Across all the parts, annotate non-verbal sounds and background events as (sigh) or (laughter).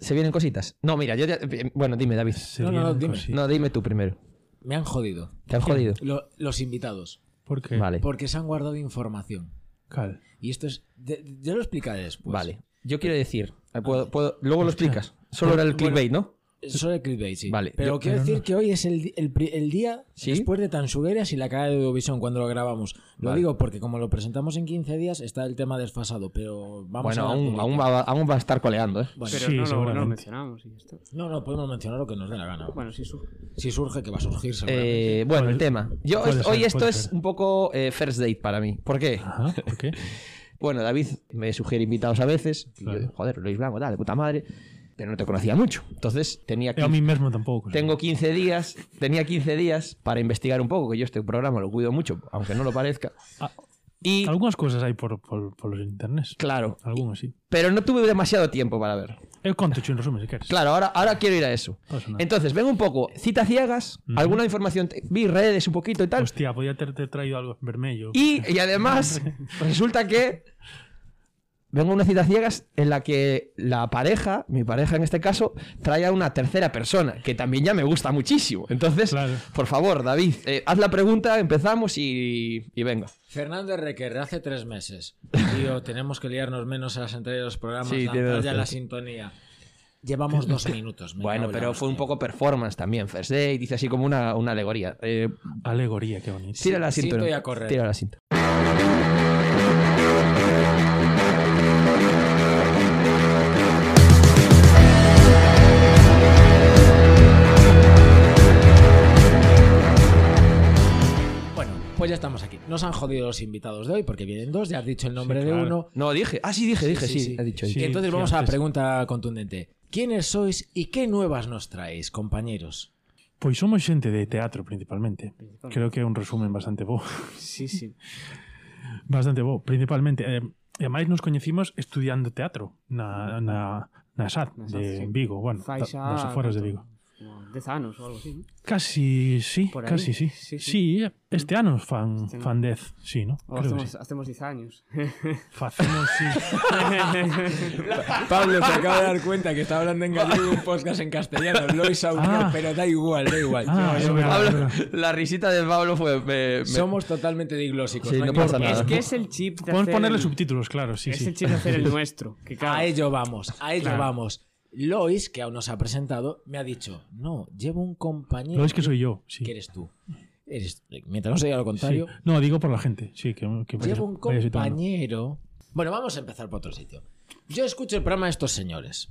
Se vienen cositas. No, mira, yo ya- eh, Bueno, dime, David. Se No, no, vienen dime. cositas. No, dime tú primero. Me han jodido. Te han jodido. Lo- los invitados. ¿Por qué? Vale. Porque se han guardado información. Cal. Y esto es. de- de- yo lo explicaré después. Vale. Yo quiero decir. eh, Ah. puedo- puedo- luego lo explicas. Solo era el clickbait, ¿no? Solo el clickbait, sí. Vale, Pero yo- quiero pero decir no. que hoy es el, di- el pri- el día ¿Sí? después de Tansugueras y la cara de Eurovisión cuando lo grabamos. Lo Vale. digo porque como lo presentamos en 15 días está el tema desfasado, pero vamos bueno, a... dar aún, publicidad. aún va, aún va a estar coleando, ¿eh? Bueno, Pero Sí, no, lo- no, lo seguramente. mencionamos y ya está. No, no, podemos mencionar lo que nos dé la gana. Bueno, sí, su... Si surge, que va a surgir seguramente. Eh, bueno, el tema. Yo puede est- hoy ser, esto puede es ser. Ah. un poco eh, first date para mí. ¿Por qué? Ajá, ¿por (laughs) qué? Bueno, David me sugiere invitados a veces. Y yo, Claro. joder, Luis Blanco, tal, de puta madre. Pero no te conocía mucho. Entonces tenía Yo a mí que. mismo tampoco. Tengo 15 días, tenía 15 días para investigar un poco, que yo este programa lo cuido mucho, aunque no lo parezca. Ah, Y, Algunas cosas hay por, por, por los internets. claro, Algunas sí. pero no tuve demasiado tiempo para ver. El conto, en resumen, si quieres. Claro, ahora, ahora quiero ir a eso. Pasa nada. Entonces, vengo un poco, citas ciegas, alguna información, te- vi redes un poquito y tal. Hostia, podía haberte traído algo vermelho. Y, y (laughs) además, resulta que vengo a una cita ciegas en la que la pareja, mi pareja en este caso, trae a una tercera persona, que también ya me gusta muchísimo. Entonces, Claro. por favor, David, eh, haz la pregunta, empezamos y, y venga. Fernando Requer, hace tres meses. (laughs) Tío, tenemos que liarnos menos a las entregas de los programas, Sí, tiene lanzar ya razón. la sintonía. Llevamos dos minutos. me Bueno, cago en la pero fue un hostia. poco performance también, First Day, dice así como una, una alegoría. Eh, Alegoría, qué bonito. tira la Sí, cinta. estoy a correr. Tira la cinta. Bueno, pues ya estamos aquí. Nos han jodido los invitados de hoy porque vienen dos, ya has dicho el nombre Sí, de claro. uno. No, dije. Ah, sí, dije, dije, sí. sí, sí. He dicho. he Sí. y dicho. entonces vamos sí, a la antes. pregunta contundente. ¿Quiénes sois y qué nuevas nos traéis, compañeros? Pois somos xente de teatro principalmente. Principalmente. Creo que é un resumen bastante bo. (laughs) sí, sí. Bastante bo, principalmente. Eh, e máis nos coñecimos estudiando teatro na, na, na SAT Na SAT, de sí. Vigo, bueno, ta- Fai xa, das afueras de ¿cuánto? Vigo. Como 10 anos ou algo así, ¿no? Casi, sí, Por aí. casi, sí. Sí, sí. sí. eh, este ano fan, Este ano. Oh, fan 10, sí, ¿no? O Creo que hacemos, sí. hacemos 10 años. (laughs) Facemos, sí. (laughs) Ah, Pablo se acaba de dar cuenta que está hablando en gallego un podcast en castellano, Lois Ah. pero da igual, da igual. Ah, é verdade, é Pablo- verdade. la risita de Pablo fue. me- me- Somos totalmente diglósicos. Sí, no hay ningún pasa problema. es nada. que es el chip de Podemos hacer ponerle el- subtítulos, claro, sí, Es sí. Ah, eh. el chip de (laughs) hacer el nuestro. Que claro, A ello vamos, a ello Claro. vamos. Lois, que aún nos ha presentado, me ha dicho, no, llevo un compañero Lo es que soy yo, sí. que eres tú. Eres- mientras no se diga lo Sí. Pues contrario, No, digo por la gente, sí, que, que vaya- llevo un vaya situando. compañero... Bueno, vamos a empezar por otro sitio. Yo escucho el programa de estos señores,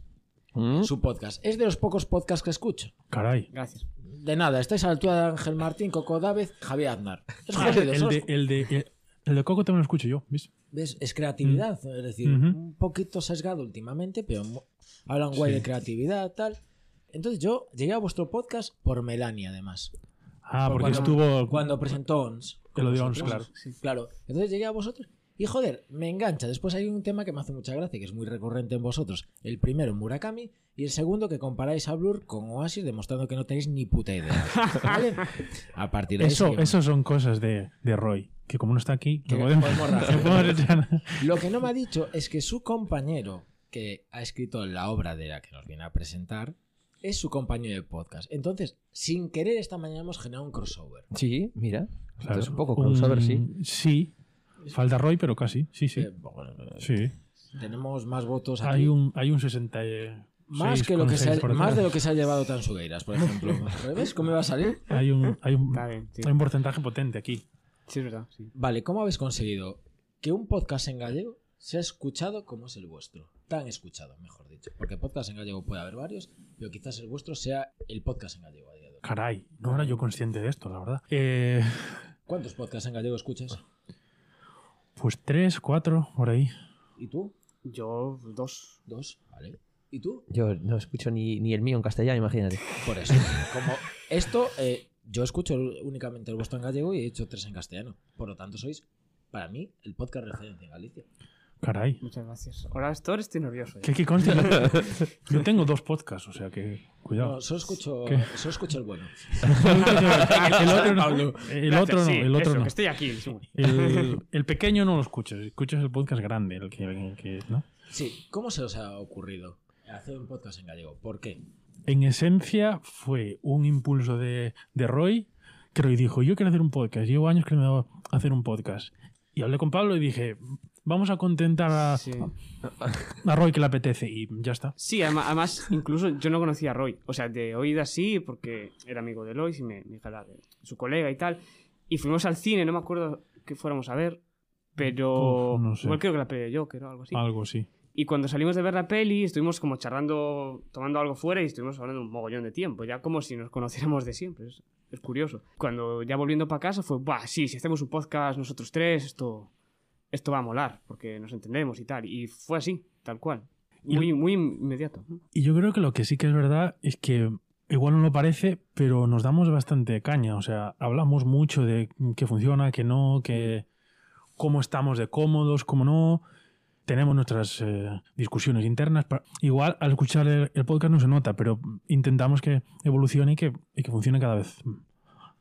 ¿Mm? su podcast. Es de los pocos podcasts que escucho. Caray. Gracias. De nada, estáis a la altura de Ángel Martín, Coco Dávez, Javier Aznar. (laughs) Es jodido, Ah, El son- de, el, de, el, el de Coco también lo escucho yo, ¿ves? ¿ves? Es creatividad, es decir, Mm. Ujú. un poquito sesgado últimamente, pero mo- hablan guay Sí. de creatividad, tal. Entonces yo llegué a vuestro podcast por Melania, además. Ah, Por porque cuando- estuvo. Cuando presentó ONS. Te lo dio ONS, Vosotros. claro. Claro. Entonces llegué a vosotros y, joder, me engancha. Después hay un tema que me hace mucha gracia, que es muy recurrente en vosotros. El primero, Murakami, y el segundo, que comparáis a Blur con Oasis, demostrando que no tenéis ni puta (laughs) idea. ¿Vale? A partir de ahí Eso, seguimos. eso son cosas de, de Roy, que como no está aquí, Que lo podemos, podemos (laughs) rajar. lo podemos echar. Lo que no me ha dicho es que su compañero, que ha escrito la obra de la que nos viene a presentar, es su compañero de podcast. Entonces, sin querer, esta mañana hemos generado un crossover. Sí, mira. Claro, es un poco crossover, sí. Sí. Falta Roy, pero casi. Sí, sí. Eh, bueno, Sí. tenemos más votos pues aquí. Hay un, hay un 60. eh, Más, seis que lo con que se seis ha- por más de detrás. lo que se ha llevado Tansugueiras, por ejemplo. (laughs) ¿Ves cómo iba a salir? Hay un, hay, un, Está bien, sí. hay un porcentaje potente aquí. Sí, es verdad. Sí. Vale, ¿cómo habéis conseguido que un podcast en gallego sea escuchado como es el vuestro? Tan escuchado, mejor dicho. Porque podcast en gallego puede haber varios, pero quizás el vuestro sea el podcast en gallego a día de hoy. Caray, no era yo consciente de esto, la verdad. Eh, ¿Cuántos podcasts en gallego escuchas? pues tres, cuatro, por ahí. ¿Y tú? Yo, dos. Dos, ¿vale? ¿Y tú? Yo no escucho ni, ni el mío en castellano, imagínate. Por eso. Como esto, eh, yo escucho únicamente el vuestro en gallego y he hecho tres en castellano. Por lo tanto, sois, para mí, el podcast referencia en Galicia. Caray. Muchas gracias. Ahora, esto estoy nervioso. eh. Que, (laughs) ya. que conste, yo- yo tengo dos podcasts, o sea que cuidado. No, solo escucho, ¿Qué? solo escucho el bueno. (laughs) el otro Pablo. no, el otro Gracias, no, sí, el otro eso, no. que estoy aquí. sí. El, el pequeño no lo escuchas, escuchas el podcast grande, el que, el que- ¿no? Sí, ¿cómo se os ha ocurrido? hacer un podcast en gallego. ¿Por qué? En esencia, fue un impulso de, de Roy, que Roy dijo, yo quiero hacer un podcast, llevo años que me daba hacer un podcast. Y hablé con Pablo y dije, vamos a contentar a, Sí. a Roy que le apetece y ya está. Sí, además, además, incluso yo no conocía a Roy. O sea, de oídas sí, porque era amigo de Lois y me, me dijo, "Era su colega y tal. Y fuimos al cine, no me acuerdo qué fuéramos a ver, pero Uf, no sé. igual creo que la peli yo, que era algo así. Algo así. Y cuando salimos de ver la peli, estuvimos como charlando, tomando algo fuera y estuvimos hablando un mogollón de tiempo, ya como si nos conociéramos de siempre. Es, es curioso. Cuando ya volviendo para casa fue, ¡buah! Sí, si hacemos un podcast nosotros tres, esto, esto va a molar, porque nos entendemos y tal. Y fue así, tal cual. Y- Muy, muy inmediato. Y yo creo que lo que sí que es verdad es que igual no lo parece, pero nos damos bastante caña. O sea, hablamos mucho de qué funciona, qué no, que cómo estamos de cómodos, cómo no. Tenemos nuestras eh, discusiones internas. pa- Igual al escuchar el, el podcast no se nota, pero intentamos que evolucione y que, y que funcione cada vez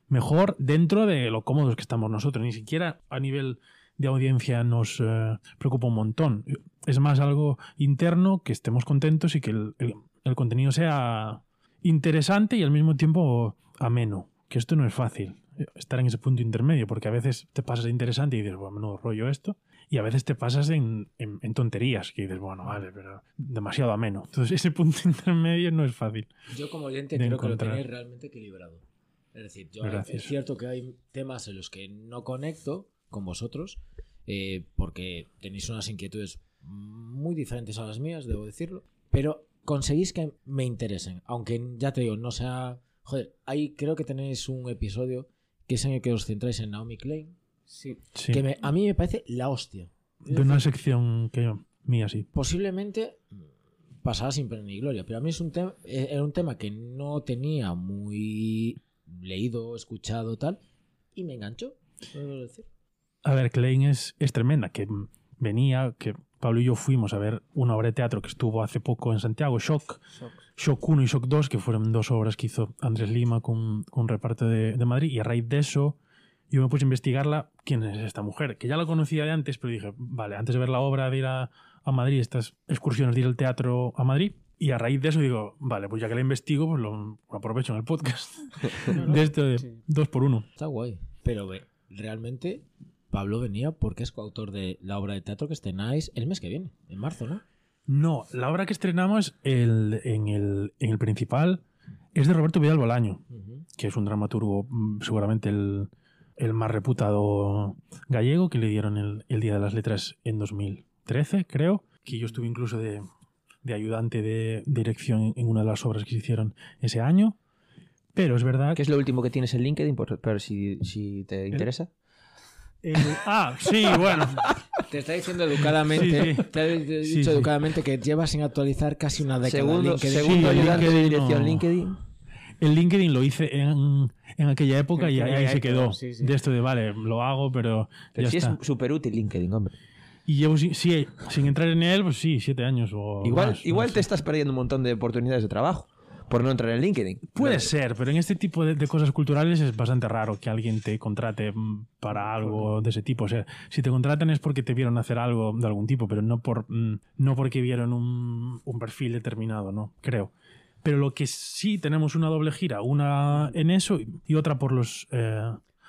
mejor dentro de lo cómodos que estamos nosotros. Ni siquiera a nivel de audiencia nos eh, preocupa un montón. Es más algo interno, que estemos contentos y que el, el- el contenido sea interesante y al mismo tiempo ameno. Que esto no es fácil, eh, estar en ese punto intermedio, porque a veces te pasas de interesante y dices, bueno, menudo rollo esto, y a veces te pasas en, en- en tonterías, que dices, bueno, vale, pero demasiado ameno. Entonces (laughs) ese punto intermedio no es fácil. Yo como oyente De creo que encontrar. lo tenéis realmente equilibrado. Es decir, yo Gracias. es cierto que hay temas en los que no conecto con vosotros eh, porque tenéis unas inquietudes muy diferentes a las mías, debo decirlo, pero conseguís que me interesen, aunque ya te digo, no sea... Joder, ahí creo que tenéis un episodio que es en el que os centráis en Naomi Klein, Sí. Sí, que me- a mí me parece la hostia. de una sección que mía, sí. posiblemente mm, pasará sin pena ni gloria, pero a mí es un tema era un tema que no tenía muy leído, escuchado tal y me enganchó. debo decir. A ver, Klein es, es tremenda, que mm, venía, que Pablo y yo fuimos a ver una obra de teatro que estuvo hace poco en Santiago, Shock, Shock 1 y Shock 2, que fueron dos obras que hizo Andrés Lima con, con un reparto de, de Madrid, y a raíz de eso yo me puse a investigarla, quién es esta mujer, que ya la conocía de antes, pero dije, vale, antes de ver la obra, de ir a, a Madrid, estas excursiones de ir al teatro a Madrid, y a raíz de eso digo, vale, pues ya que la investigo, pues lo, lo aprovecho en el podcast, de esto de Sí. dos por uno. Está guay. Pero ve, realmente Pablo venía porque es coautor de la obra de teatro que estrenáis el mes que viene, en marzo, ¿no? No, la obra que estrenamos el- en, el, en el principal es de Roberto Vidal Bolaño, Ujú. que es un dramaturgo mm, seguramente el, el más reputado gallego que le dieron el, el Día de las Letras en 2013, creo, que yo estuve incluso de, de ayudante de dirección en una de las obras que se hicieron ese año. Pero es verdad ¿Qué es lo último que tienes en LinkedIn? Pues, Por, pero si, si te interesa. el- ah, sí, bueno. Te está diciendo Sí, educadamente, sí. te ha dicho Sí, sí. educadamente que llevas sin actualizar casi una década. Segundo, LinkedIn. segundo Sí, ayudante de LinkedIn dirección no. LinkedIn. El LinkedIn lo hice en, en aquella época y En ahí aquella se quedó. época, sí, sí. De esto de, vale, lo hago, pero... Pero ya sí está. es súper útil LinkedIn, hombre. Y llevo sin, sí, sin entrar en él, pues sí, siete años o Igual, más, no igual sé. te estás perdiendo un montón de oportunidades de trabajo por no entrar en LinkedIn. Puede ser, pero en este tipo de, de cosas culturales es bastante raro que alguien te contrate mm, para algo de ese tipo. O sea, si te contratan es porque te vieron hacer algo de algún tipo, pero no, por, mm, no porque vieron un, un perfil determinado, ¿no? Creo. Pero lo que sí tenemos una doble gira, una en eso y otra por los eh,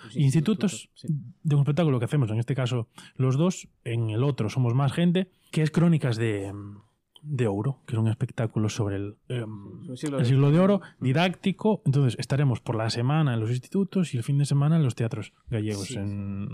Los institutos sí. de un espectáculo que hacemos, en este caso los dos, en el otro somos más gente, que es Crónicas de, de Oro, que es un espectáculo sobre el, em, Sobre el siglo el de- Mm. siglo de oro, didáctico. Entonces estaremos por la semana en los institutos y el fin de semana en los teatros gallegos. Sí, en,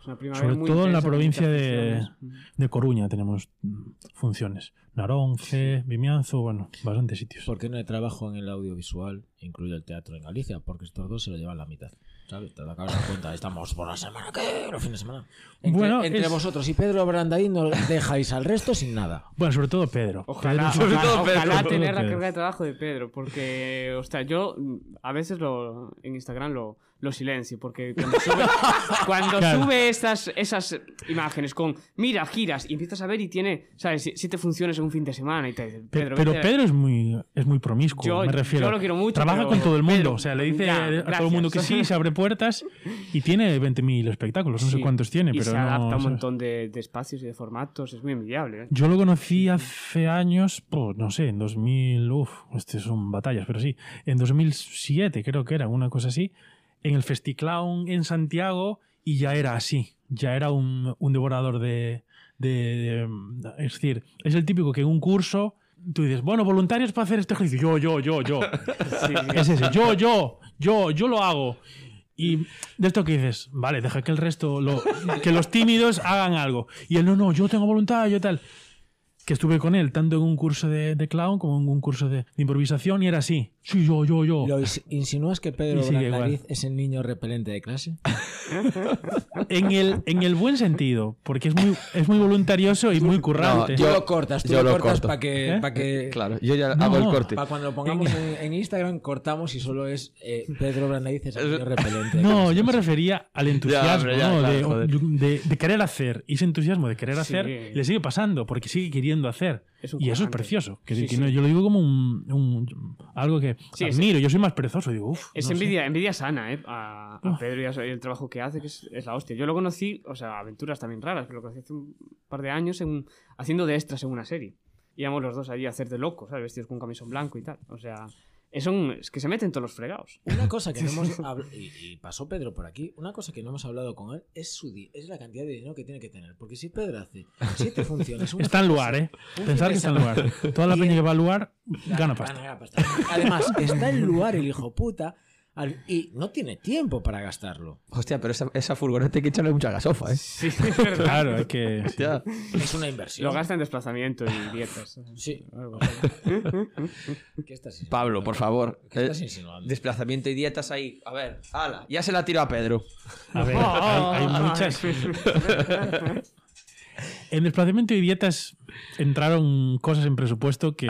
Es una primavera sobre muy todo en la intensa, con provincia muchas de- funciones. de Coruña tenemos mm, funciones. Narón, C, Vimianzo, bueno, bastantes sitios. ¿Por qué no hay trabajo en el audiovisual, incluido el teatro en Galicia? Porque estos dos se lo llevan la mitad. ¿Sabes? Te lo acabas de dar cuenta. Estamos por la semana que los fines de semana. Entre, Bueno, entre es- vosotros y Pedro Brandaín no dejáis al resto sin nada. Bueno, sobre todo Pedro. Ojalá, Pedro- ojalá- ojalá Sobre todo tener la Pedro. carga de trabajo de Pedro, porque, o sea, yo mm, a veces lo, en Instagram lo, lo silencio, porque (laughs) cuando sube, cuando Claro. sube estas, esas imágenes con, mira, giras, y empiezas a ver y tiene, ¿sabes? si- Siete funciones eso un fin de semana y te dice, Pe- Pedro, pero vete". Pedro es muy, es muy promiscuo, Yo- me refiero. yo lo quiero mucho, Trabaja pero- con todo el mundo, Pedro, o sea, le dice ya, a todo el mundo que gracias. sí, se abre puertas y tiene 20.000 espectáculos, no Sí. sé cuántos tiene, y pero se no, adapta a un ¿sabes? montón de, de espacios y de formatos, es (laughs) muy envidiable. ¿eh? Yo lo conocí hace años, pues no sé, en 2000, uff, este son batallas, pero sí, en 2007 creo que era, una cosa así, en el Festiclown en Santiago y ya era así, ya era un, un devorador de, de- de- Es decir, es el típico que en un curso tú dices, bueno, voluntarios para hacer este ejercicio, yo, yo, yo, yo. Sí, sí. es ese, yo, yo, yo, yo lo hago. Y de esto que dices, vale, deja que el resto, lo- que los tímidos hagan algo. Y él, no, no, yo tengo voluntad, yo tal. Que estuve con él tanto en un curso de, de clown como en un curso de, de improvisación y era así. Sí, yo, yo, yo. ¿Lo ins- insinúas que Oh. Y Pedro sigue Brandariz es el niño repelente de clase? En el, en el buen sentido, porque es muy, es muy voluntarioso y muy currante. Tú Yo- lo cortas, tú yo lo lo cortas corto. para que, ¿Eh? pa' que Claro, yo ya No, hago el no. corte. Para cuando lo pongamos en, en Instagram, cortamos y solo es eh, Pedro Brandariz es el niño repelente. No, yo me refería al entusiasmo, hombre, ya, ¿no? claro, de- joder. de, de querer hacer. Y ese entusiasmo de querer Sí. hacer le sigue pasando porque sigue queriendo hacer. Es un y eso es currante. precioso. Que, Sí, que sí. no- yo lo digo como un, un- algo que Sí, es- admiro. Yo soy más perezoso. Digo, uff. Es envidia, envidia sana, ¿eh? A, a Pedro y a su- y el trabajo que hace, que es, es la hostia. Yo lo conocí, o sea, aventuras también raras, pero lo conocí hace un par de años en, haciendo de extras en una serie. Íbamos los dos allí a hacer de locos, ¿sabes? Vestidos con camisón blanco y tal. O sea, es, un- es que se meten todos los fregados. Una (laughs) cosa que no hemos habl- y, y pasó Pedro por aquí, una cosa que no hemos hablado con él es su di- es la cantidad de dinero que tiene que tener. Porque si Pedro hace (laughs) siete funciones, (laughs) una Está en lugar, ¿eh? Un fin Pensar de que está en lugar. Toda la (laughs) Y peña el- que va al lugar Gana- gana pasta. gana pasta. Además, está en lugar el hijo puta al- y no tiene tiempo para gastarlo. Hostia, pero esa, esa furgoneta hay que echarle mucha gasofa, ¿eh? (laughs) Sí, es verdad. Claro, hay (laughs) que. sí. Hostia. Es una inversión. Lo gasta en desplazamiento y dietas. Sí. (laughs) Algo. ¿Qué estás insinuando? Pablo, por favor. ¿Qué Eh, estás insinuando? desplazamiento y dietas ahí. A ver, ala, ya se la tiro a Pedro. A (laughs) ver, Oh, hay, hay muchas. En desplazamiento y dietas entraron cosas en presupuesto (laughs) que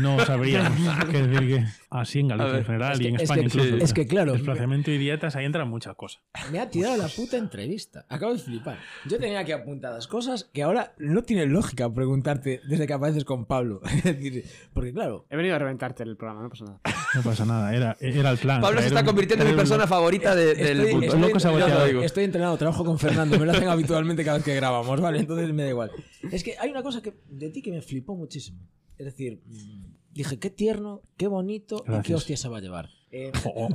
no sabríamos. que decir que así en Galicia A ver, en general es y que- en es España que- incluso. es que, claro. Desplazamiento y dietas, ahí entran muchas cosas. Me ha tirado la puta entrevista. Acabo de flipar. Yo tenía aquí apuntadas cosas que ahora no tiene lógica preguntarte desde que apareces con Pablo. (laughs) Es decir, Porque claro, (laughs) He venido a reventarte el programa, no pasa nada. No pasa nada, era, era el plan. Pablo se Era está un- convirtiendo en mi era un- persona favorita de- estoy, del estoy, mundo. loco saboteador. Ya lo entrenado, eh, digo. estoy entrenado, trabajo con Fernando, me lo hacen habitualmente cada vez que grabamos, ¿vale? Entonces me da igual. Es que hay una cosa que, de ti que me flipó muchísimo. Es decir, mm, dije, qué tierno, qué bonito y qué Gracias. hostia se va a llevar. Eh, Jo.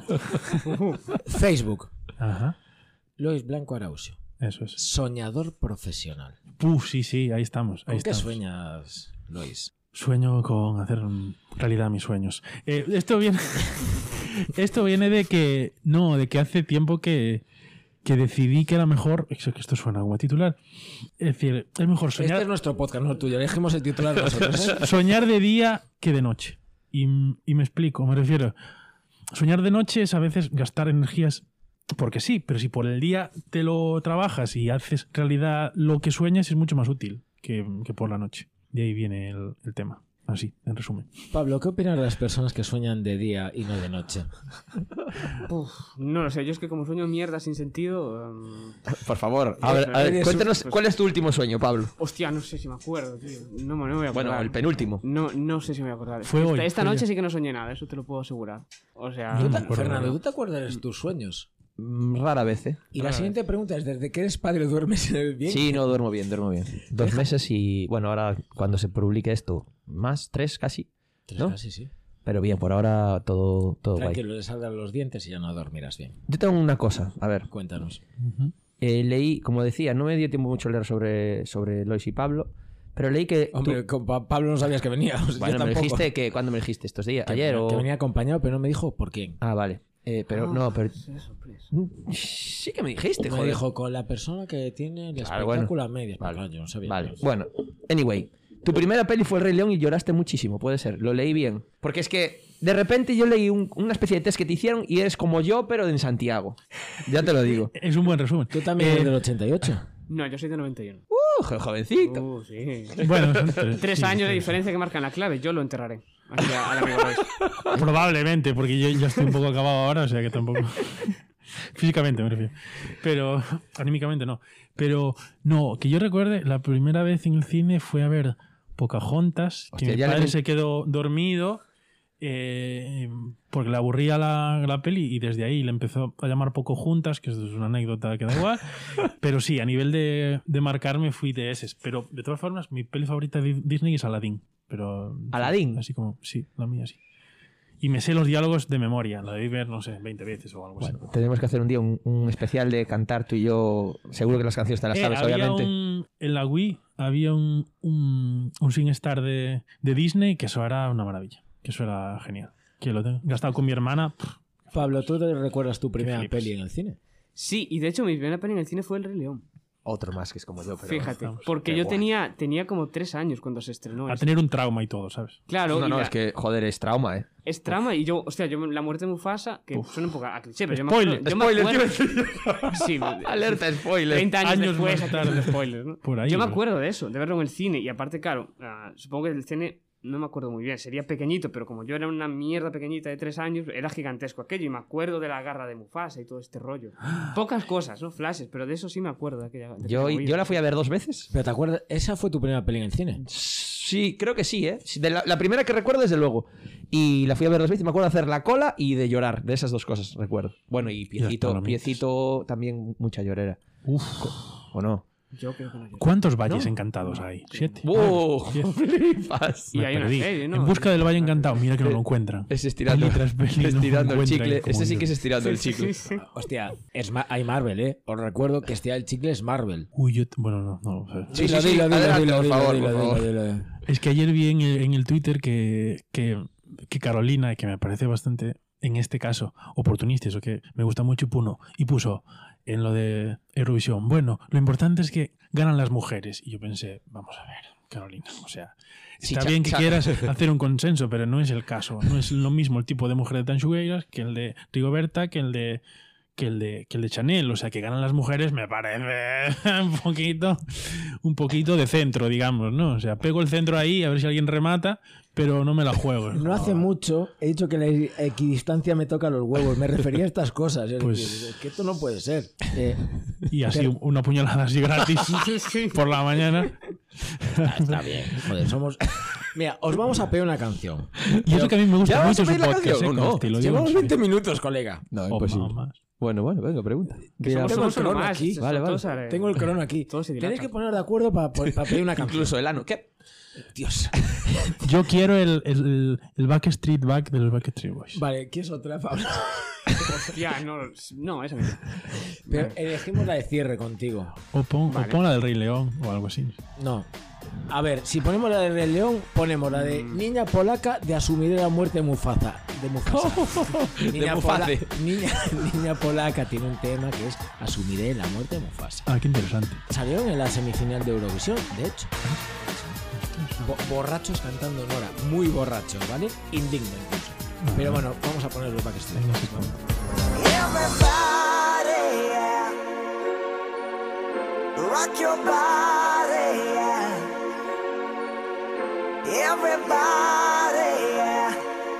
Facebook, (laughs) Ajá, Lois Blanco Arausio, eso es. soñador profesional. Puf, sí, sí, ahí estamos. Ahí ¿Con qué estamos. sueñas, Lois? Sueño con hacer realidad mis sueños. Eh, esto viene. (laughs) esto viene de que. No, de que hace tiempo que. Que decidí que era mejor. Es que esto suena como a titular. Es decir, es mejor Este soñar, es nuestro podcast, no el tuyo. Elegimos el titular nosotros. ¿eh? soñar de día que de noche. Y, y me explico, me refiero. Soñar de noche es a veces gastar energías porque sí, pero si por el día te lo trabajas y haces realidad lo que sueñas, es mucho más útil que, que por la noche. De ahí viene el- el tema. Así, en resumen. (laughs) Pablo, ¿qué opinas de las personas que sueñan de día y no de noche? Uf, no lo sé, yo es que como sueño mierda sin sentido. em, Por favor, a ver, a ver, Eres un- cuéntanos pues- cuál es tu último sueño, Pablo. hostia, no sé si me acuerdo, tío. No, me- no me voy a acordar. Bueno, el penúltimo. No, no sé si me voy a acordar. Fue esta hoy, esta fue noche ayer. sí que no soñé nada, eso te lo puedo asegurar. O sea, Yo Ta- acuerdo, Fernando, ¿no? ¿tú te acuerdas de tus sueños? Mm, Rara vez, ¿eh? Y la siguiente pregunta es, ¿desde que eres padre duermes bien? Sí, no, duermo bien, duermo bien. Dos meses y, bueno, ahora cuando se publique esto, más, tres casi. Tres ¿no? casi, sí. Pero bien, por ahora todo, todo guay. Tranquilo, le saldrán los dientes y ya no dormirás bien. Yo tengo una cosa, a ver. Cuéntanos. eh, leí, como decía, no me dio tiempo mucho leer sobre, sobre Lois y Pablo, pero leí que... tú- Hombre, con Pa- Pablo no sabías que venía. (laughs) o sea, yo bueno, me tampoco. dijiste que... ¿Cuándo me dijiste? ¿Estos días? Que ¿Ayer venía- o...? Que venía acompañado, pero no me dijo por quién. Ah, vale. Eh, pero, Ah, no, pero... mm, qué sorpresa. Sí que me dijiste, Me joder. dijo con la persona que tiene el Claro, Ah, bueno. espectáculo a medias. Pues, Vale. Claro, yo no sabía. Vale, bueno. Anyway, tu primera peli fue El Rey León y lloraste muchísimo, puede ser. Lo leí bien. Porque es que de repente yo leí un- una especie de test que te hicieron y eres como yo, pero en Santiago. Ya te lo (laughs) digo. Es un buen resumen. ¿Tú también eres Eh, del 88? No, yo soy de 91. ¡Uh, jo- jovencito! Uh, sí. (laughs) Bueno, son tres, Tres sí, años de tres. diferencia que marcan la clave, yo lo enterraré. Aquí a- al amigo Lois. Probablemente, porque yo ya estoy un poco acabado ahora, o sea que tampoco. Físicamente me refiero. Pero anímicamente no. Pero no, que yo recuerde, la primera vez en el cine fue a ver Pocahontas, Hostia, que mi ya le padre ten- se quedó dormido eh, porque le aburría la, la peli y desde ahí le empezó a llamar Pocahontas, que esto es una anécdota que da (laughs) igual. pero sí, a nivel de, de marcarme fui de ese. Pero de todas formas, mi peli favorita de Disney es Aladdin. Pero, ¿Aladdin? Así como, sí, la mía sí. Y me sé los diálogos de memoria, la debí ver, no sé, 20 veces o algo así. Bueno, tenemos que hacer un día un, un especial de cantar tú y yo. Seguro que las canciones te las Eh, sabes, había obviamente. un- en la Wii había un, un, un SingStar de, de Disney que eso era una maravilla. Que eso era genial. Que lo tengo gastado con mi hermana. pff, Pablo, ¿tú te recuerdas tu primera flipas. peli en el cine? Sí, y de hecho mi primera peli en el cine fue El Rey León. Otro más que es como yo, pero. Fíjate, vamos, porque qué yo guay. tenía, tenía como tres años cuando se estrenó. a esta. tener un trauma y todo, ¿sabes? Claro, No, y no, la- es que, joder, es trauma, ¿eh? es trama y yo, hostia, yo me- la muerte de Mufasa, que suena un poco a cliché, pero yo me Spoiler, acuerdo- yo me Spoiler, acuerdo- tío. Sí, (laughs) Alerta, spoiler. 30 años, Años después más haciendo tarde. spoilers, ¿no? Por ahí, Yo me pero- acuerdo de eso, de verlo en el cine. Y aparte, claro, ah, supongo que el cine no me acuerdo muy bien. Sería pequeñito, pero como yo era una mierda pequeñita de tres años, era gigantesco aquello. Y me acuerdo de la garra de Mufasa y todo (gasps) este rollo. Pocas cosas, ¿no? Flashes, pero de eso sí me acuerdo. De aquella, de Yo, yo aquella la movida. fui a ver dos veces. Pero te acuerdas, esa fue tu primera peli en el cine. Sí, creo que sí, ¿eh? Sí, de la, la primera que recuerdo, desde luego. Y la fui a ver dos veces, me acuerdo de hacer la cola y de llorar. De esas dos cosas recuerdo. Bueno, y piecito, palomitas. piecito también mucha llorera. Uf. ¿O no? Yo creo que no (laughs) llegué. ¿Cuántos valles encantados hay? ¿Siete? ¡Wow! Ah, diez. ¡Flipas! Y Me hay una perdí. serie, ¿no? Ah, eh, En busca del valle encantado, mira que no lo encuentran. Es estirando, Peli tras peli, no estirando el encuentran chicle. como Ese sí yo. que es estirando el chicle. Hostia, es ma- hay Marvel, ¿eh? Os recuerdo que este el chicle es Marvel. Uy, yo- bueno, no, no. o sea, Sí, sí, sí, adelante, por favor, por favor. dilo. Es que ayer vi en el, en el Twitter que, que, que Carolina, que me parece bastante, en este caso, oportunista, eso que me gusta mucho, y, puno, y puso en lo de Eurovisión, bueno, lo importante es que ganan las mujeres. Y yo pensé, vamos a ver, Carolina, o sea, Sí, está cha- bien que cha- (laughs) quieras hacer un consenso, pero no es el caso. No es lo mismo el tipo de mujer de Tanchugueiras que el de Rigoberta, que el de... Que el, de, que el de Chanel, o sea, que ganan las mujeres, me parece (laughs) un poquito un poquito de centro, digamos, ¿no? O sea, pego el centro ahí a ver si alguien remata, pero no me la juego. No hace mucho he dicho que la equidistancia me toca los huevos. Me refería a estas cosas. Es Pues- decir, que esto no puede ser. Eh, (laughs) Y así una puñalada así (laughs) gratis por la mañana. está bien. Joder, somos. Mira, os vamos a pedir una canción. Y eso que a mí me ¿Ya gusta vamos mucho a su pedir la podcast, canción eh, o no? Consti, lo digo Llevamos en serio. 20 minutos, colega. No, O imposible. más. Bueno, bueno, venga, pregunta. Que somos, Tengo el somos uno crono más. aquí. son Vale, vale. todos a- (laughs) Tengo el crono aquí. Todo se dilata. Tenéis que poner de acuerdo para pedir una canción. Incluso el ano. ¿Qué? Dios. Yo quiero el, el, el Backstreet Back de los Backstreet Boys. Vale, ¿quieres otra, Pablo? Hostia, no, no, esa misma. Pero elegimos la de cierre contigo. O, pon, o Vale. pon la del Rey León o algo así. No. A ver, si ponemos la de Rey León, ponemos la de Niña Polaca de asumir la muerte de Mufasa. De Mufasa. (laughs) De pola- Mufase. niña, (laughs) niña Polaca tiene un tema que es Asumiré la muerte de Mufasa. Ah, qué interesante. Salieron en la semifinal de Eurovisión, de hecho. Bo- borrachos cantando Nora, muy borrachos, ¿vale? Indigno incluso. Pero bueno, vamos a poner los Backstreet. Venga, sí, Vamos. Everybody, yeah. Rock your body, yeah. Everybody, yeah.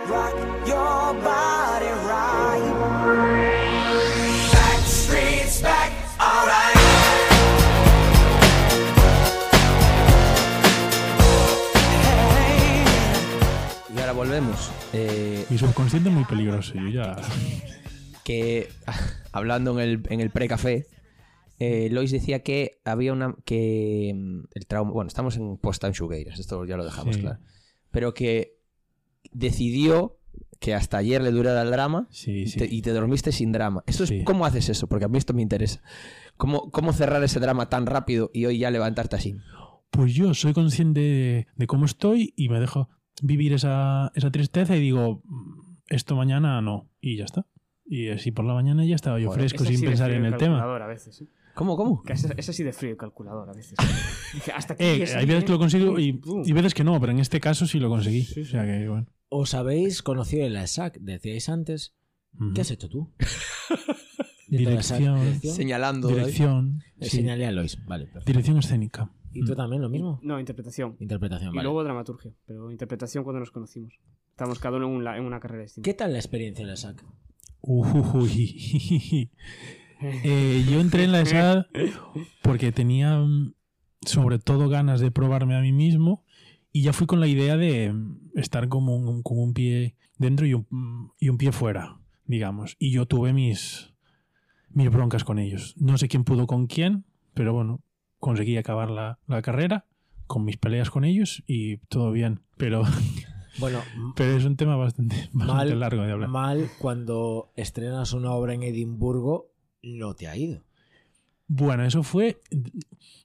Rock your body right. Back streets back, alright. Hey. Y ahora volvemos. Eh, Mi subconsciente es muy peligroso. Yo ya. que (laughs) hablando en el, en el pre-café, eh, Lois decía que había una. que mm, el trauma. Bueno, estamos en post Tanchugueiras, esto ya lo dejamos Sí. claro. Pero que decidió que hasta ayer le durara el drama Sí, y sí. te- y te dormiste sin drama. Eso es, Sí. ¿Cómo haces eso? Porque a mí esto me interesa. ¿Cómo, ¿Cómo cerrar ese drama tan rápido y hoy ya levantarte así? Pues yo soy consciente de, de cómo estoy y me dejo vivir esa, esa tristeza y digo, "Mm, esto mañana no, y ya está. Y así por la mañana ya estaba yo Joder, fresco Es sin así de pensar frío en el tema. calculador a veces, ¿eh? ¿Cómo, cómo? Que Es, es así de frío el calculador a veces. (laughs) Dice, Hasta aquí Eh, es hay ahí, veces que lo ¿eh? consigo y, Pum. y veces que no, pero en este caso sí lo conseguí. Sí, sí. O sea que, bueno. Os habéis conocido en la ESAC, decíais antes. Ujú. ¿Qué has hecho (laughs) tú? Dirección. Señal. Señalando. Lois. Dirección. sí. Eh, Señalé a Lois, vale. perfecto. Dirección escénica. ¿Y tú también lo mismo? No, interpretación. Ah, Interpretación, Y vale. luego dramaturgia. Pero interpretación cuando nos conocimos. Estábamos cada uno en, un la- en una carrera distinta. ¿Qué tal la experiencia en la SAC? Ujujuy. Eh, yo entré en la ESAD porque tenía mm, sobre todo ganas de probarme a mí mismo Y ya fui con la idea de mm, estar como un, con un pie dentro y un, mm, y un pie fuera, digamos. Y yo tuve mis, mis broncas con ellos. No sé quién pudo con quién, pero bueno, conseguí acabar la, la carrera con mis peleas con ellos y todo bien. Pero, (laughs) Bueno, pero es un tema bastante, (laughs) bastante Mal- largo de hablar. (laughs) mal cuando estrenas una obra en Edimburgo, no te ha ido. Bueno, eso fue.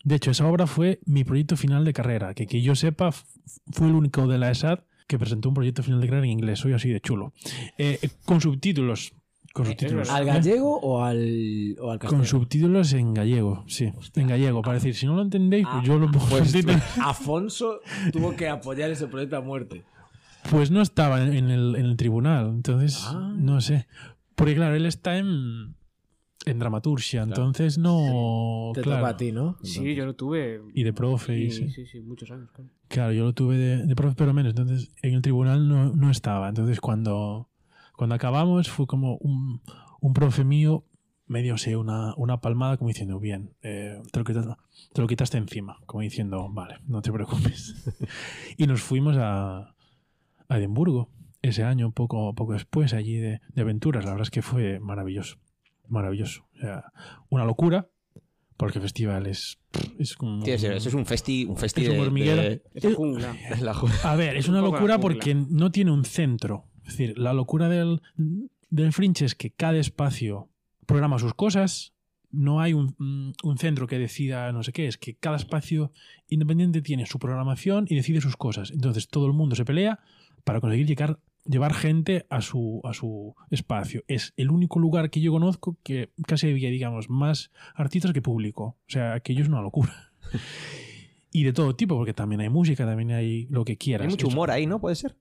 De hecho, esa obra fue mi proyecto final de carrera. Que que yo sepa, f- fue el único de la ESAD que presentó un proyecto final de carrera en inglés. Soy así de chulo. Eh, eh, con subtítulos. Con Eh, subtítulos. es ¿Al ¿eh? gallego o al, o Con al castellano? subtítulos en gallego, sí. En gallego, para decir, si no lo entendéis, pues yo lo Ah, puedo (laughs) entender. Afonso tuvo que apoyar ese proyecto a muerte. Pues no estaba en el, en el tribunal, entonces Ah. no sé. Porque claro, él está en, en dramaturgia, entonces no. Te Oh, claro. toca a ti, ¿no? (laughs) Sí, yo lo tuve. Y de profe, y y- sí. sí, sí, muchos años. claro. Claro, yo lo tuve de, de profe, pero menos. Entonces, en el tribunal no, no estaba. Entonces, cuando, cuando acabamos, fue como un, un profe mío medio se una, una palmada, como diciendo, bien, eh, te, lo quitas- te lo quitaste encima. Como diciendo, vale, no te preocupes. (laughs) y nos fuimos a, a Edimburgo ese año, poco, poco después, allí de, de aventuras. La verdad es que fue maravilloso. Maravilloso. O sea, una locura, porque el festival es. es como- Tío, eso es un festi, un festi ¿eh? Es un de- hormiguero. de- Es la jungla. de la ju- A ver, es Un una poco la locura jungla. porque no tiene un centro. Es decir, la locura del, del Fringe es que cada espacio programa sus cosas. No hay un, mm, un centro que decida no sé qué. Es que cada espacio independiente tiene su programación y decide sus cosas. Entonces todo el mundo se pelea para conseguir llegar, llevar gente a su, a su espacio. Es el único lugar que yo conozco que casi había, digamos, más artistas que público. O sea, aquello es una locura. (laughs) y de todo tipo, porque también hay música, también hay lo que quieras. Hay mucho Es- humor ahí, ¿no? ¿Puede ser?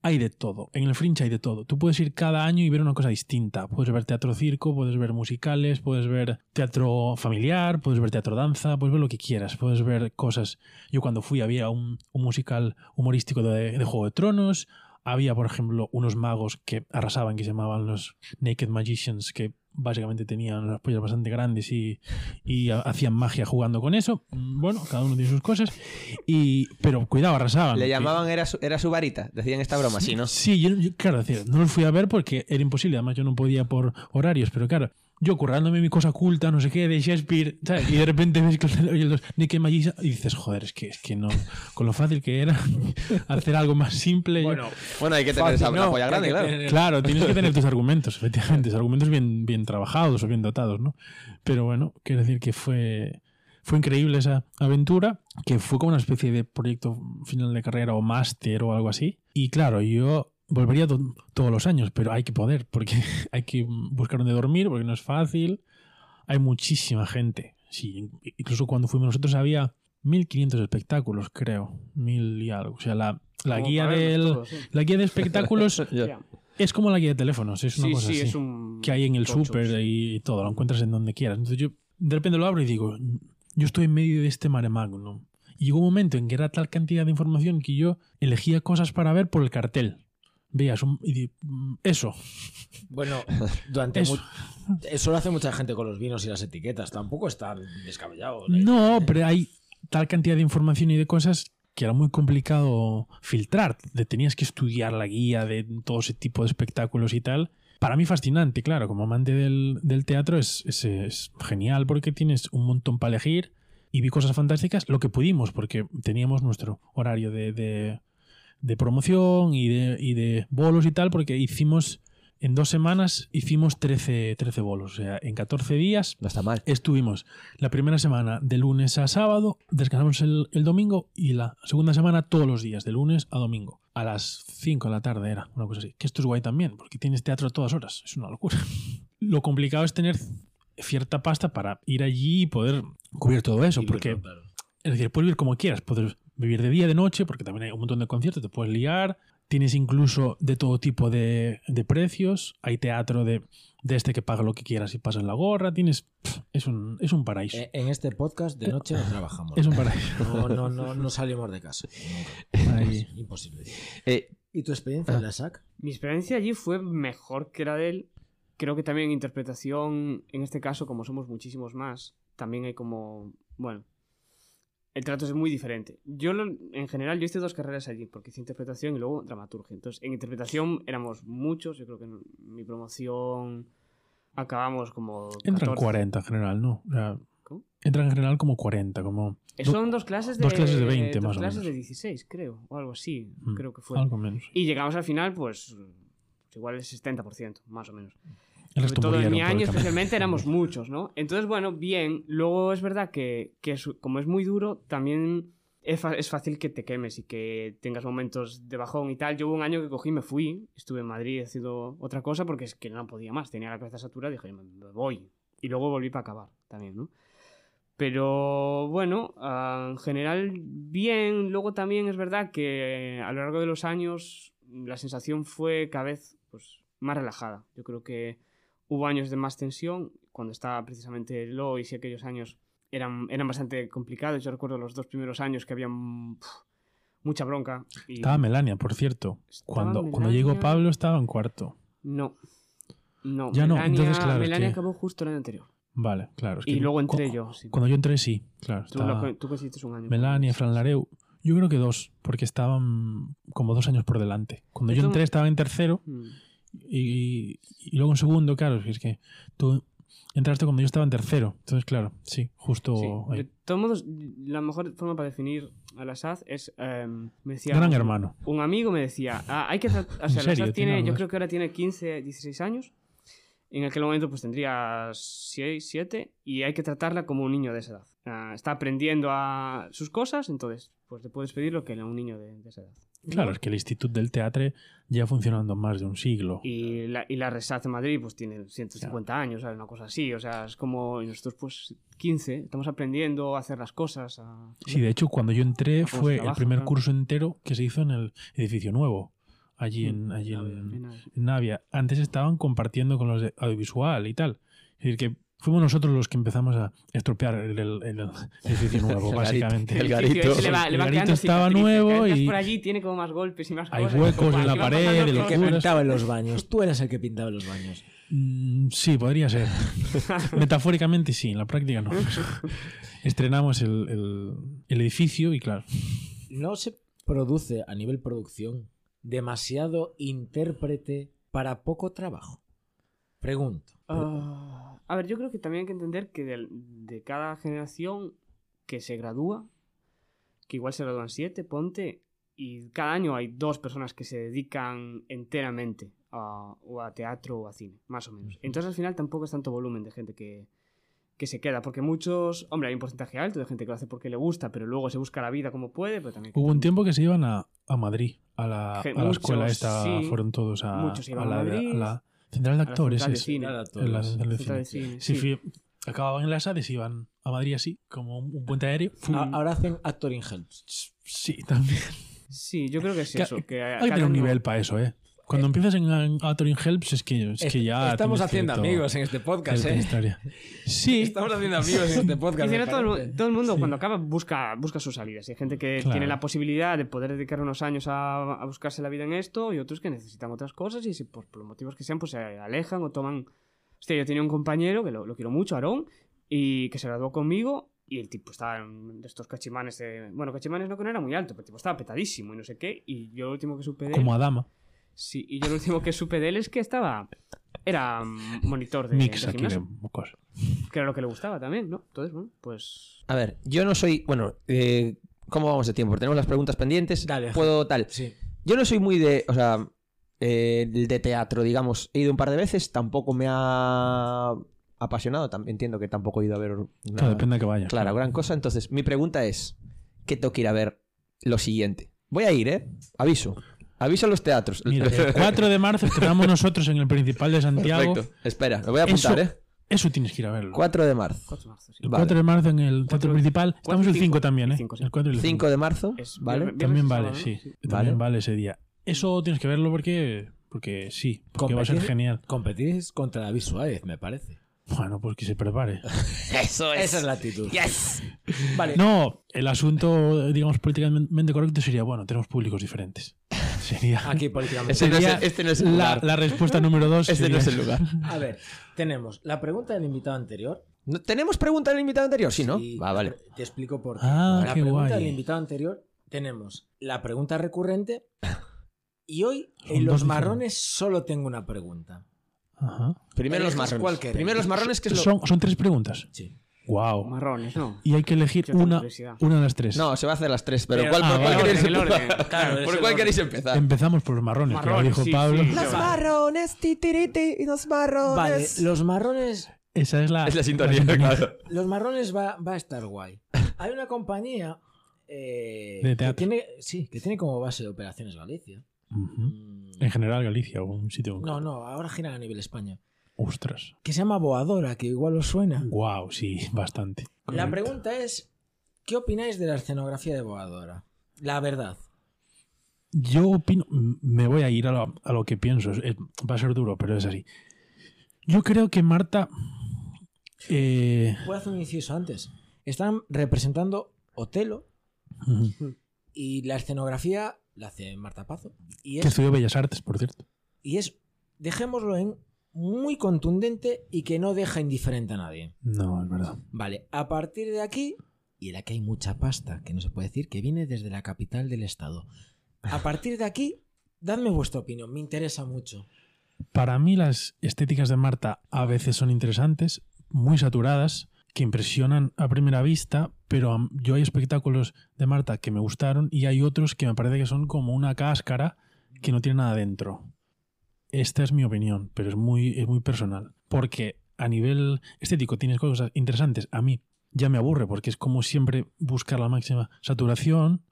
hay de todo. En el Fringe hay de todo. Tú puedes ir cada año y ver una cosa distinta. Puedes ver teatro circo, puedes ver musicales, puedes ver teatro familiar, puedes ver teatro danza, puedes ver lo que quieras, puedes ver cosas. Yo cuando fui había un, un musical humorístico de, de Juego de Tronos. Había, por ejemplo, unos magos que arrasaban, que se llamaban los Naked Magicians, que básicamente tenían las pollas bastante grandes y, y ha- hacían magia jugando con eso. Bueno, cada uno tiene sus cosas. Y, pero cuidado, arrasaban. Le que- llamaban, era su, era su varita. Decían esta broma, sí, ¿no? Sí, yo, yo- claro, es decir, no los fui a ver porque era imposible, además yo no podía por horarios, pero claro, yo currándome mi cosa culta, no sé qué, de Shakespeare, ¿sabes? y de repente ves que oye, los Nicky Magisa y dices, joder, es que, es que no, con lo fácil que era (laughs) hacer algo más simple. yo- Bueno, hay que tener esa una polla grande, claro. Claro, tienes que (laughs) tener tus argumentos, efectivamente, tus argumentos bien, bien trabajados o bien dotados, ¿no? Pero bueno, quiero decir que fue, fue increíble esa aventura, que fue como una especie de proyecto final de carrera o máster o algo así. Y claro, yo volvería to- todos los años, pero hay que poder, porque (laughs) hay que buscar donde dormir, porque no es fácil. Hay muchísima gente. Sí, incluso cuando fuimos nosotros había 1500 espectáculos, creo, mil y algo. O sea, la, la Como guía para verlos del... todos, sí. La guía de espectáculos (laughs) (laughs) Ya. es como la guía de teléfonos, es una Sí, cosa sí, así. es un. Que hay en el tocho, súper sí. y todo, lo encuentras en donde quieras. Entonces yo de repente lo abro y digo, yo estoy en medio de este mare magnum. Y llegó un momento en que era tal cantidad de información que yo elegía cosas para ver por el cartel. Veas, un- y di- mm, eso. Bueno, durante Eso. eso. eso lo hace mucha gente con los vinos y las etiquetas. Tampoco están descabellados. No, pero hay tal cantidad de información y de cosas que era muy complicado filtrar. Te tenías que estudiar la guía de todo ese tipo de espectáculos y tal. Para mí fascinante, claro, como amante del, del teatro es, es- es genial porque tienes un montón para elegir y vi cosas fantásticas, lo que pudimos, porque teníamos nuestro horario de, de- de promoción y de, y de bolos y tal, porque hicimos, en dos semanas hicimos 13, 13 bolos, o sea, en 14 días No está mal. Estuvimos la primera semana de lunes a sábado, descansamos el, el domingo y la segunda semana todos los días, de lunes a domingo. A las 5 de la tarde era, una cosa así. Que esto es guay también, porque tienes teatro a todas horas, es una locura. (laughs) Lo complicado es tener cierta pasta para ir allí y poder cubrir todo eso, porque es decir, puedes vivir como quieras, puedes vivir de día, de noche, porque también hay un montón de conciertos, te puedes liar, tienes incluso de todo tipo de, de precios, hay teatro de, de este que paga lo que quieras y pasas la gorra, tienes... pf, es, un, es un paraíso. Eh, En este podcast de noche no trabajamos. Eh, es un paraíso. No, no, no, no salimos de casa. Nunca. Ahí. Ah. Es imposible. Eh, ¿Y tu experiencia en la SAC? Mi experiencia allí fue mejor que la de él. Creo que también en interpretación, en este caso, como somos muchísimos más, también hay como, bueno, el trato es muy diferente. Yo, lo- en general, yo hice dos carreras allí, porque hice interpretación y luego dramaturgia. Entonces, en interpretación éramos muchos, yo creo que en mi promoción acabamos como... Entran 14. 40 en general, ¿no? O sea, ¿Cómo? entran en general como 40, como Eh, Son dos clases de... Dos clases de 20 dos más o clases menos. de 16, creo, o algo así, Mm, creo que fue. algo menos. Y llegamos al final, pues, pues igual el 70%, más o menos. El Sobre resto todo en murieron mi por el año camino. (laughs) especialmente éramos muchos, ¿no? Entonces, bueno, bien. Luego es verdad que, que es- como es muy duro, también es, fa- es fácil que te quemes y que tengas momentos de bajón y tal. Yo hubo un año que cogí y me fui. Estuve en Madrid haciendo otra cosa porque es que no podía más. Tenía la cabeza saturada y dije, me, me voy. Y luego volví para acabar también, ¿no? Pero bueno, ah, en general bien. Luego también es verdad que a lo largo de los años mm, la sensación fue cada vez pues, más relajada. Yo creo que hubo años de más tensión, cuando estaba precisamente Lois y aquellos años eran, eran bastante complicados. Yo recuerdo los dos primeros años que había mm, pf, mucha bronca. Y Estaba Melania, por cierto. Estaba Cuando, cuando llegó Melania. Pablo estaba en cuarto. No. No, Ya no, Melania, entonces, claro, es Melania que- acabó justo el año anterior. Vale, claro. es Y que luego cu- entré cu- yo, sí. Cuando yo entré, sí, claro. Tú, lo- estaba tú coincidiste un año. Melania, Fran Lareu. Yo creo que dos, porque estaban como dos años por delante. Cuando yo Esto- entré estaba en tercero Mm. y, y luego en segundo, claro. Es que tú entraste cuando yo estaba en tercero. Entonces, claro, sí, justo Sí, ahí. De todos modos, la mejor forma para definir a la SAD es. em, me decía Gran un- hermano. Un amigo me decía, "Ah, hay que. tra- (laughs) O ¿En sea, la serio? SAD Tiene tiene, algo yo de creo que ahora tiene 15, 16 años. En aquel momento, pues tendría 6, 7. Y hay que tratarla como un niño de esa edad. Ah, está aprendiendo a sus cosas, entonces, pues le puedes pedir lo que a un niño de- de esa edad. Claro, es que el Instituto del Teatro ya funcionando más de un siglo. Y la, y la Resaz en Madrid pues tiene 150 años, ¿sabes? una cosa así. O sea, es como y nosotros pues 15, estamos aprendiendo a hacer las cosas. a- Sí, de hecho, cuando yo entré cómo se fue el trabaja, primer claro. curso entero que se hizo en el edificio nuevo, allí Mm. en, allí en- Y nada. en Navia. Antes estaban compartiendo con los de audiovisual y tal. Es decir, que fuimos nosotros los que empezamos a estropear el, el- el (laughs) edificio nuevo, El garito. básicamente. El edificio garito. ese le va, El le va garito quedando estaba cicatrices, nuevo cada vez que y- por allí tiene como más golpes y más Hay cosas. huecos en Aquí la van pared, pasando de cosas. Que Puras- pintaba los baños. Tú eras el que pintaba los baños. Mm, sí, podría (laughs) ser. Metafóricamente sí, en la práctica no. Estrenamos el, el- el edificio y claro. No se produce a nivel producción demasiado intérprete para poco trabajo. Pregunto. Ah, a ver, yo creo que también hay que entender que del- de, cada generación que se gradúa, que igual se gradúan siete, ponte, y cada año hay dos personas que se dedican enteramente a, o a teatro o a cine, más o menos. Entonces al final tampoco es tanto volumen de gente que, que se queda, porque muchos, hombre, hay un porcentaje alto de gente que lo hace porque le gusta, pero luego se busca la vida como puede, pero también... Hubo un tiempo que se iban a, a Madrid, a la, Gen- a la muchos, escuela esta, sí. fueron todos a, Muchos iban a a la, Madrid, a la Central de a la Actores. Central de es- Cine. Nada, todos. en la Central de Central de Cine. cine, Sí, sí. fui- acababan en las ADES y iban a Madrid así, como un, un puente aéreo. Ah, A- Ahora hacen actoring help. Sí, también. Sí, yo creo que es Ca- eso. Que Hay que tener un nivel para eso, ¿eh? Cuando empiezas en, en Actoring Helps es que, es que ya... Estamos tienes haciendo cierto- amigos en este podcast, cierta ¿eh? historia. Sí, (laughs) Estamos haciendo amigos (laughs) en este podcast. Y si me no, todo, el mu- parece. todo el mundo cuando acaba busca, busca sus salidas. Y hay gente que Claro. tiene la posibilidad de poder dedicar unos años a, a buscarse la vida en esto y otros que necesitan otras cosas y si, por, por los motivos que sean pues se alejan o toman... Hostia, yo tenía un compañero que lo, lo quiero mucho, Aarón, y que se graduó conmigo y el tipo estaba en un de estos cachimanes de... Bueno, cachimanes no que no era muy alto, pero el tipo estaba petadísimo y no sé qué. Y yo lo último que supe de él... como a dama. Sí, y yo lo último que supe de él es que estaba... Era mm, monitor de, de Mix aquí de gimnasio, mocos. que era lo que le gustaba también, ¿no? Entonces, bueno, pues A ver, yo no soy. Bueno, eh, ¿cómo vamos de tiempo? Tenemos las preguntas pendientes. Dale, Puedo tal. Sí. Yo no soy muy de. O sea, eh, de teatro, digamos. He ido un par de veces, tampoco me ha apasionado. tam- Entiendo que tampoco he ido a ver. Una, Claro, depende de que vayas. claro, gran cosa. Entonces, mi pregunta es: ¿qué tengo que ir a ver lo siguiente? Voy a ir, ¿eh? Aviso. Aviso a los teatros. (laughs) Mira, el 4 de marzo estrenamos nosotros en el Principal de Santiago. Perfecto. Espera, lo voy a apuntar, Eso- ¿eh? Eso tienes que ir a verlo. 4 de marzo. 4 de marzo, sí. El Vale. 4 de marzo en el teatro Cuatro- principal. cuatro Estamos y el cinco. 5 también, Y ¿eh? cinco, sí. El 4 y el 5. 5 de marzo, Es ¿vale? viernes- También viernes y vale, sábado, sí. ¿no? Vale. También vale ese día. Eso tienes que verlo porque, porque sí, porque va a ser Competir. genial. Competís contra David Suárez, me parece. Bueno, pues que se prepare. Eso Pues Esa es la actitud. Yes. Vale. No, el asunto, digamos, políticamente correcto sería, bueno, tenemos públicos diferentes. Sería Aquí políticamente. Ese no es el- Sería este no es el la, lugar. la respuesta número 2. Este no es el lugar. A ver, tenemos la pregunta del invitado anterior, ¿No- ¿Tenemos pregunta del invitado anterior? Ah, Sí, ¿no? Y Va, vale. Te explico por qué. Ah, la qué pregunta guay. del invitado anterior tenemos la pregunta recurrente y hoy en Son los dos marrones solo tengo una pregunta. Ajá. Primero los Elegís marrones. cuál queréis. Primero los marrones, que es lo... Son, son tres preguntas. Sí. Wow. Marrones, no. Y hay que elegir Yo tengo una, curiosidad. una de las tres. No, se va a hacer las tres, pero Pero- ¿cuál, ah, ¿por cuál vale, queréis el empezar? orden. Claro, es ¿Por el cuál orden. queréis empezar? Empezamos por los marrones, que Marrones, lo dijo sí, Pablo. sí, yo- marrones, titiriti, y los Vale, los marrones, Esa es la, Es la sintonía, claro. los marrones va, va a estar guay. Hay una compañía eh, De que teatro. tiene, sí, que tiene como base de operaciones Galicia. Ujú. Mm, En general, Galicia o un sitio. en No, no, ahora giran a nivel España. Ostras. Que se llama Boadora, que igual os suena. Wow, sí, bastante. La Correcto. pregunta es, ¿qué opináis de la escenografía de Boadora? La verdad. Yo opino, m- me voy a ir a lo, a lo que pienso. Es- es- va a ser duro, pero es así. Yo creo que Marta. eh, Voy a hacer un inciso antes. Están representando Otelo ujú, y la escenografía la hace Marta Pazo. Y que es, estudió Bellas Artes, por cierto. y es, dejémoslo en muy contundente y que no deja indiferente a nadie. No, es verdad. Vale, a partir de aquí, y en la que hay mucha pasta, que no se puede decir, que viene desde la capital del estado. A partir de aquí, dadme vuestra opinión, me interesa mucho. Para mí, las estéticas de Marta a veces son interesantes, muy saturadas, que impresionan a primera vista, pero am- yo hay espectáculos de Marta que me gustaron y hay otros que me parece que son como una cáscara que no tiene nada dentro. Esta es mi opinión, pero es muy, es muy personal. Porque a nivel estético tienes cosas interesantes. A mí ya me aburre, porque es como siempre buscar la máxima saturación,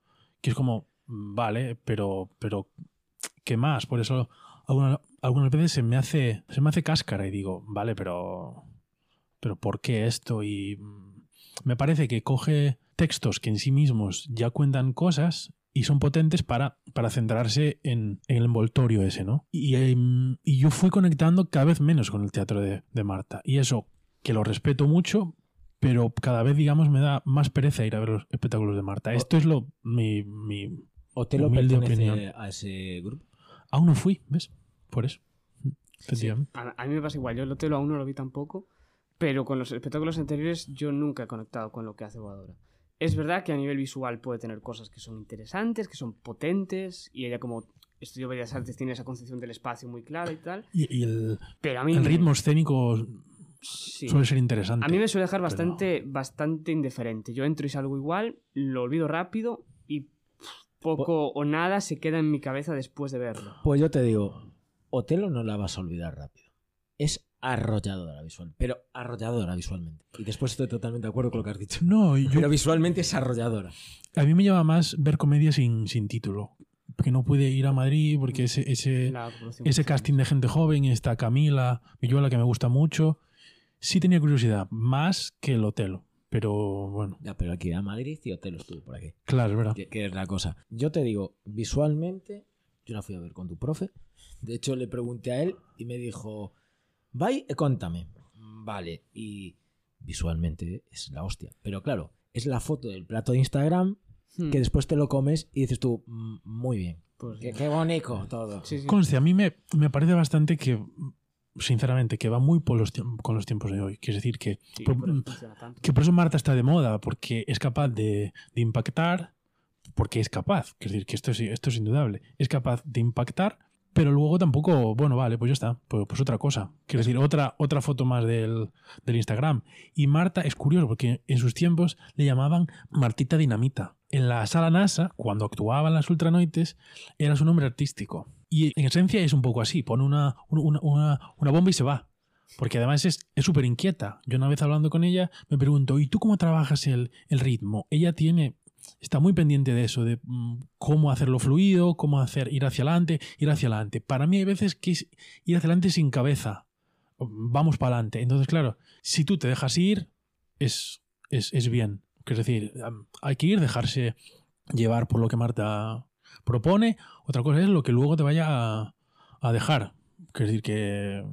que es como, mm, vale, pero, pero ¿qué más? Por eso alguna- algunas veces se me hace se me hace cáscara y digo, vale, pero pero ¿por qué esto? Y mm, me parece que coge textos que en sí mismos ya cuentan cosas y son potentes para, para centrarse en, en el envoltorio ese, ¿no? Y, em, y yo fui conectando cada vez menos con el teatro de, de Marta. Y eso, que lo respeto mucho, pero cada vez, digamos, me da más pereza ir a ver los espectáculos de Marta. Esto es lo mi... mi Otelo Humilde pertenece opinión. a ese grupo. aún no fui, ¿ves? Por eso. Efectivamente. A, a mí me pasa igual, yo el Otelo aún no lo vi tampoco, pero con los espectáculos anteriores yo nunca he conectado con lo que hace Boadora. Es verdad que a nivel visual puede tener cosas que son interesantes, que son potentes, y ella como estudió Bellas Artes tiene esa concepción del espacio muy clara y tal, Y, y el, pero a mí... el me- ritmo escénico Sí. suele ser interesante. A mí me suele dejar bastante, bastante indiferente. Yo entro y salgo igual, lo olvido rápido y pff, poco o nada se queda en mi cabeza después de verlo. Pues yo te digo, Otelo no la vas a olvidar rápido. Es arrolladora visual, pero arrolladora visualmente. Y después estoy totalmente de acuerdo con lo que has dicho. No, (laughs) yo- Pero visualmente es arrolladora. a mí me llama más ver comedia sin, sin título. Que no pude ir a Madrid porque ese, ese, La producción ese que tiene. casting de gente joven, está Camila, Villuela, que me gusta mucho. Sí tenía curiosidad, más que el Otelo. Pero bueno, Ya, pero aquí a Madrid y Otelo estuvo por aquí. claro, es verdad. Que, que es la cosa. Yo te digo, visualmente, yo la fui a ver con tu profe. De hecho, le pregunté a él y me dijo, vai, e contame. Vale, y visualmente es la hostia. Pero claro, es la foto del plato de Instagram Hmm, que después te lo comes y dices tú, "Mm, muy bien. pues, Qué, qué bonito todo. sí, sí. Conste, a mí me, me parece bastante que, sinceramente, que va muy por los tiemp- con los tiempos de hoy. Que es decir, que Sí, por- pero funciona tanto. Que por eso Marta está de moda, porque es capaz de, de impactar, porque es capaz, que es decir, que esto es, esto es indudable, es capaz de impactar, pero luego tampoco, bueno, vale, pues ya está, pues, pues otra cosa, quiero decir, otra, otra foto más del, del Instagram. Y Marta es curioso, porque en sus tiempos le llamaban Martita Dinamita. En la sala NASA, cuando actuaban las ultranoites, era su nombre artístico. Y en esencia es un poco así, pone una, una, una- una bomba y se va. Porque además es es súper inquieta. Yo una vez hablando con ella me pregunto, ¿y tú cómo trabajas el, el ritmo? Ella tiene, está muy pendiente de eso, de mm, cómo hacerlo fluido, cómo hacer ir hacia adelante, ir hacia adelante. Para mí hay veces que es ir hacia adelante sin cabeza. Vamos para adelante. Entonces, claro, si tú te dejas ir, es, es, es bien. Es decir, am, hay que ir, dejarse llevar por lo que Marta propone. Otra cosa es lo que luego te vaya a, a dejar. Es decir, que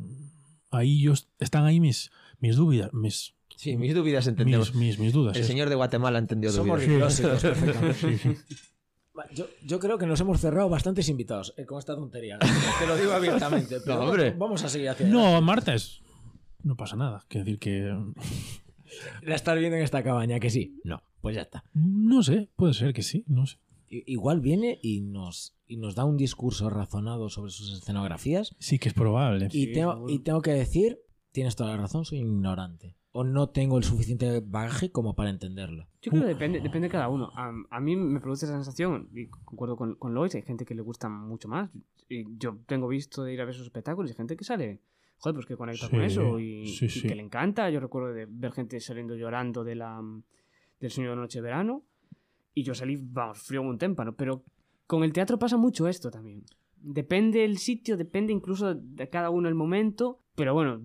ahí yo, están ahí mis, mis dúvidas, mis, Sí, mis dudas entendemos. mis, mis, mis dudas. El eso. señor de Guatemala entendió Somos dudas. diglósicos, perfectamente. Va, Yo, yo creo que nos hemos cerrado bastantes invitados eh, con esta tontería. Te lo (laughs) digo abiertamente. Pero No, hombre. Vamos a seguir haciendo. No, Marta es. No pasa nada. Quiero decir que. La estás viendo en esta cabaña, que sí. No, pues ya está. No sé, puede ser que sí, no sé. I- Igual viene y nos, y nos da un discurso razonado sobre sus escenografías. Sí que es probable. Y, Sí, tengo, seguro. y tengo que decir, tienes toda la razón, soy ignorante. O no tengo el suficiente bagaje como para entenderlo. Yo creo que depende, depende de cada uno. A, a mí me produce esa sensación, y concuerdo con, con Lois, hay gente que le gusta mucho más. Y yo tengo visto de ir a ver sus espectáculos y gente que sale, joder, pues que conecta con Sí, eso y, sí, y sí. que le encanta. Yo recuerdo de ver gente saliendo llorando de la, del sueño de noche verano y yo salí, vamos, frío como un témpano. Pero con el teatro pasa mucho esto también. Depende el sitio, depende incluso de cada uno el momento, pero bueno,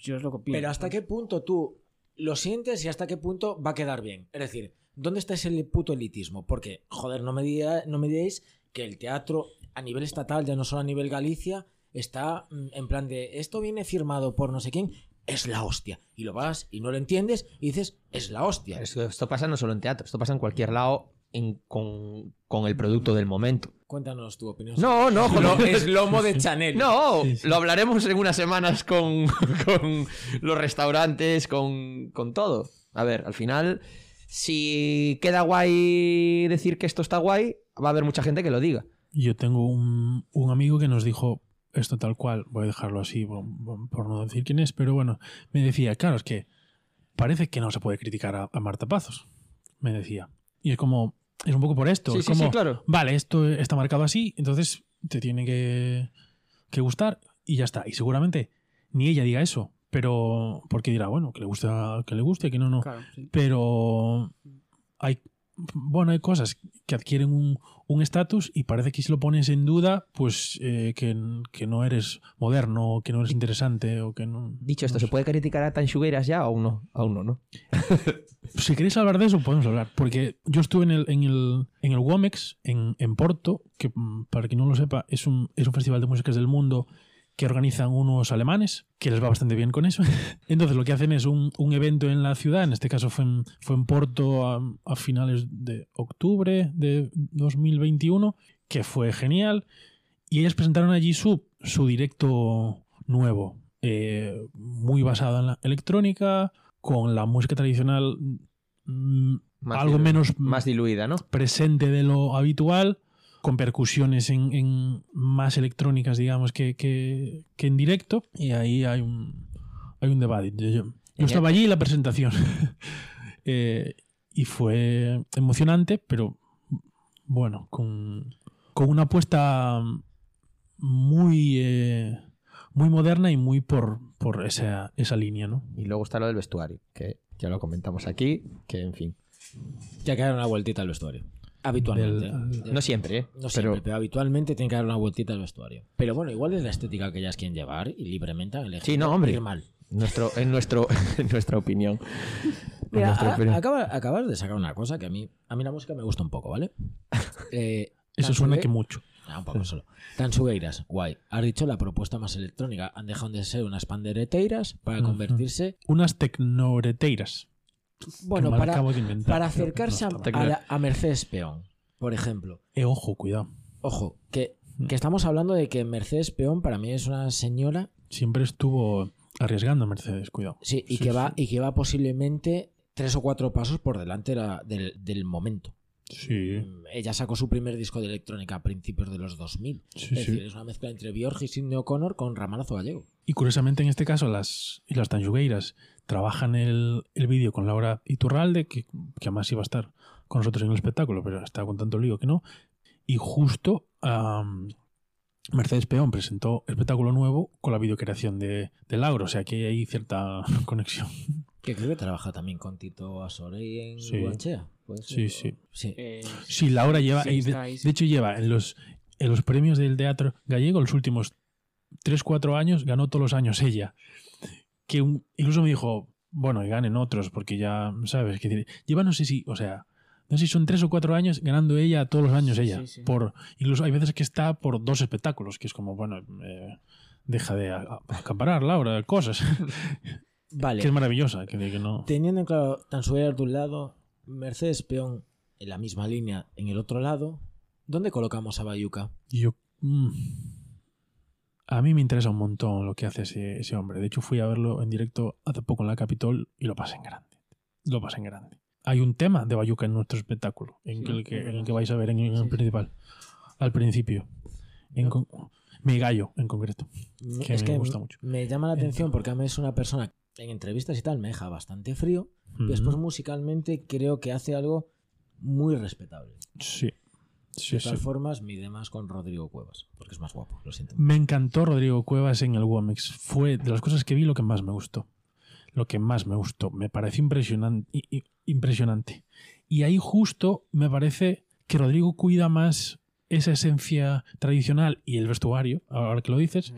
yo es lo que opino. Pero hasta qué punto tú lo sientes y hasta qué punto va a quedar bien. Es decir, ¿dónde está ese puto elitismo? Porque, joder, no me, diga- no me digáis que el teatro a nivel estatal, ya no solo a nivel Galicia, está mm, en plan de esto viene firmado por no sé quién, es la hostia. Y lo vas y no lo entiendes y dices, es la hostia. Esto, esto pasa no solo en teatro, esto pasa en cualquier lado en- con, con el producto del momento. Cuéntanos tu opinión. No, (laughs) no, joder. es lomo de (laughs) Chanel. No, Sí, sí. lo hablaremos en unas semanas con, (laughs) con los restaurantes, con, con todo. A ver, al final, si queda guay decir que esto está guay, va a haber mucha gente que lo diga. Yo tengo un, un amigo que nos dijo esto tal cual, voy a dejarlo así por, por no decir quién es, pero bueno, me decía, claro, es que parece que no se puede criticar a, a Marta Pazos, me decía. Y es como, es un poco por esto, Sí, es sí, como, sí, claro. vale, esto está marcado así, entonces te tiene que, que gustar y ya está. Y seguramente ni ella diga eso, pero porque dirá, bueno, que le gusta, que le guste, que no, no. Claro, sí. Pero hay, bueno, hay cosas que adquieren un un estatus y parece que si lo pones en duda, pues eh, que, que no eres moderno, o que no eres interesante o que no... Dicho esto, no ¿se sé. puede criticar a Tanchugueras ya o no? Aún no, ¿no? Si queréis hablar de eso, podemos hablar. Porque yo estuve en el, en el, en el Womex, en, en Porto, que mm, para quien no lo sepa, es un, es un festival de músicas del mundo que organizan unos alemanes, que les va bastante bien con eso. (laughs) Entonces lo que hacen es un, un evento en la ciudad, en este caso fue en, fue en Porto a, a finales de octubre de 2021, que fue genial. Y ellas presentaron allí su, su directo nuevo, eh, muy basado en la electrónica, con la música tradicional mm, Más algo dilu- menos Más diluida, ¿no? presente de lo habitual, con percusiones en, en más electrónicas, digamos, que, que- que en directo. Y ahí hay un, hay un debate. Yo, yo- yo el- estaba allí en la presentación. (laughs) Eh, y fue emocionante, pero bueno, con, con una apuesta muy, eh, muy moderna y muy por, por esa, esa línea, ¿no? Y luego está lo del vestuario, que ya lo comentamos aquí, que en fin. Ya que dar una vueltita al vestuario. Habitualmente. Del- ¿eh? No siempre, ¿eh? No siempre, pero, habitualmente tiene que dar una vueltita al vestuario. Pero bueno, igual es la estética que ellas quieren llevar y libremente han elegido Sí, no, hombre. ir mal. Nuestro, en, nuestro, (laughs) en nuestra opinión. En Mira, nuestra a- opinión. acaba- acabas de sacar una cosa que a mí, a mí la música me gusta un poco, ¿vale? Eh, Eso Tansuguei- suena que mucho. Ah, un poco solo. Tansugueiras, guay. Has dicho la propuesta más electrónica. Han dejado de ser unas pandereteiras para Ujú. convertirse. Unas tecnoreteiras. Bueno, me la para, acabo de inventar. para acercarse a, No, está a la- a Mercedes Peón, por ejemplo. Eh, ojo, cuidado. Ojo, que, que estamos hablando de que Mercedes Peón para mí es una señora Siempre estuvo arriesgando Mercedes, cuidado. Sí, y, Sí, que Va, sí. y que va posiblemente tres o cuatro pasos por delante de la- del, del momento. Sí, Mm, Ella sacó su primer disco de electrónica a principios de los 2000. sí, es decir, sí. es una mezcla entre Björk y Sidney O'Connor con Ramalazo Gallego. Y curiosamente en este caso las, y las tanjugueiras trabajan el, el vídeo con Laura Iturralde, que, que además iba a estar con nosotros en el espectáculo, pero está con tanto lío que no. Y justo am, Mercedes Peón presentó espectáculo nuevo con la videocreación de, de Laura, o sea que hay cierta (laughs) conexión. Que creo que trabaja también con Tito Asorey en Sí. Guachea. puede ser. Sí, sí. Sí. Eh, Sí, Laura lleva. Sí, y de, está ahí, sí. de hecho, lleva en los, en los premios del teatro gallego, los últimos 3-4 años, ganó todos los años ella. Que un- incluso me dijo, bueno, y ganen otros, porque ya, ¿sabes? Que tiene- lleva, no sé si, o sea, no sé si son 3 o 4 años ganando ella todos los años Sí, ella. sí, sí. Por, incluso hay veces que está por dos espectáculos, que es como, bueno, eh, deja de a- a- acaparar, Laura, cosas. (laughs) Vale. que es maravillosa, que, que no. Teniendo en claro Tansugueiras de un lado, Mercedes Peón en la misma línea en el otro lado, ¿dónde colocamos a Bayuca? Y Yo. mm, a mí me interesa un montón lo que hace ese, ese hombre. De hecho, fui a verlo en directo hace poco en la Capitol y lo pasé en grande. lo pasen grande. Hay un tema de Bayuca en nuestro espectáculo, en, que el, que, en el que vais a ver en, en el principal, al principio. En con- mi gallo, en concreto. Me- que me gusta mucho. Me llama la Entonces- atención porque a mí es una persona que en entrevistas y tal me deja bastante frío. Ujú. Después musicalmente creo que hace algo muy respetable. Sí. Sí, De sí. todas formas, mi demás con Rodrigo Cuevas, porque es más guapo, lo siento. Me encantó Rodrigo Cuevas en el Womex. Fue de las cosas que vi lo que más me gustó. Lo que más me gustó. Me pareció impresionante. impresionante. Y ahí justo me parece que Rodrigo cuida más esa esencia tradicional y el vestuario, ahora que lo dices,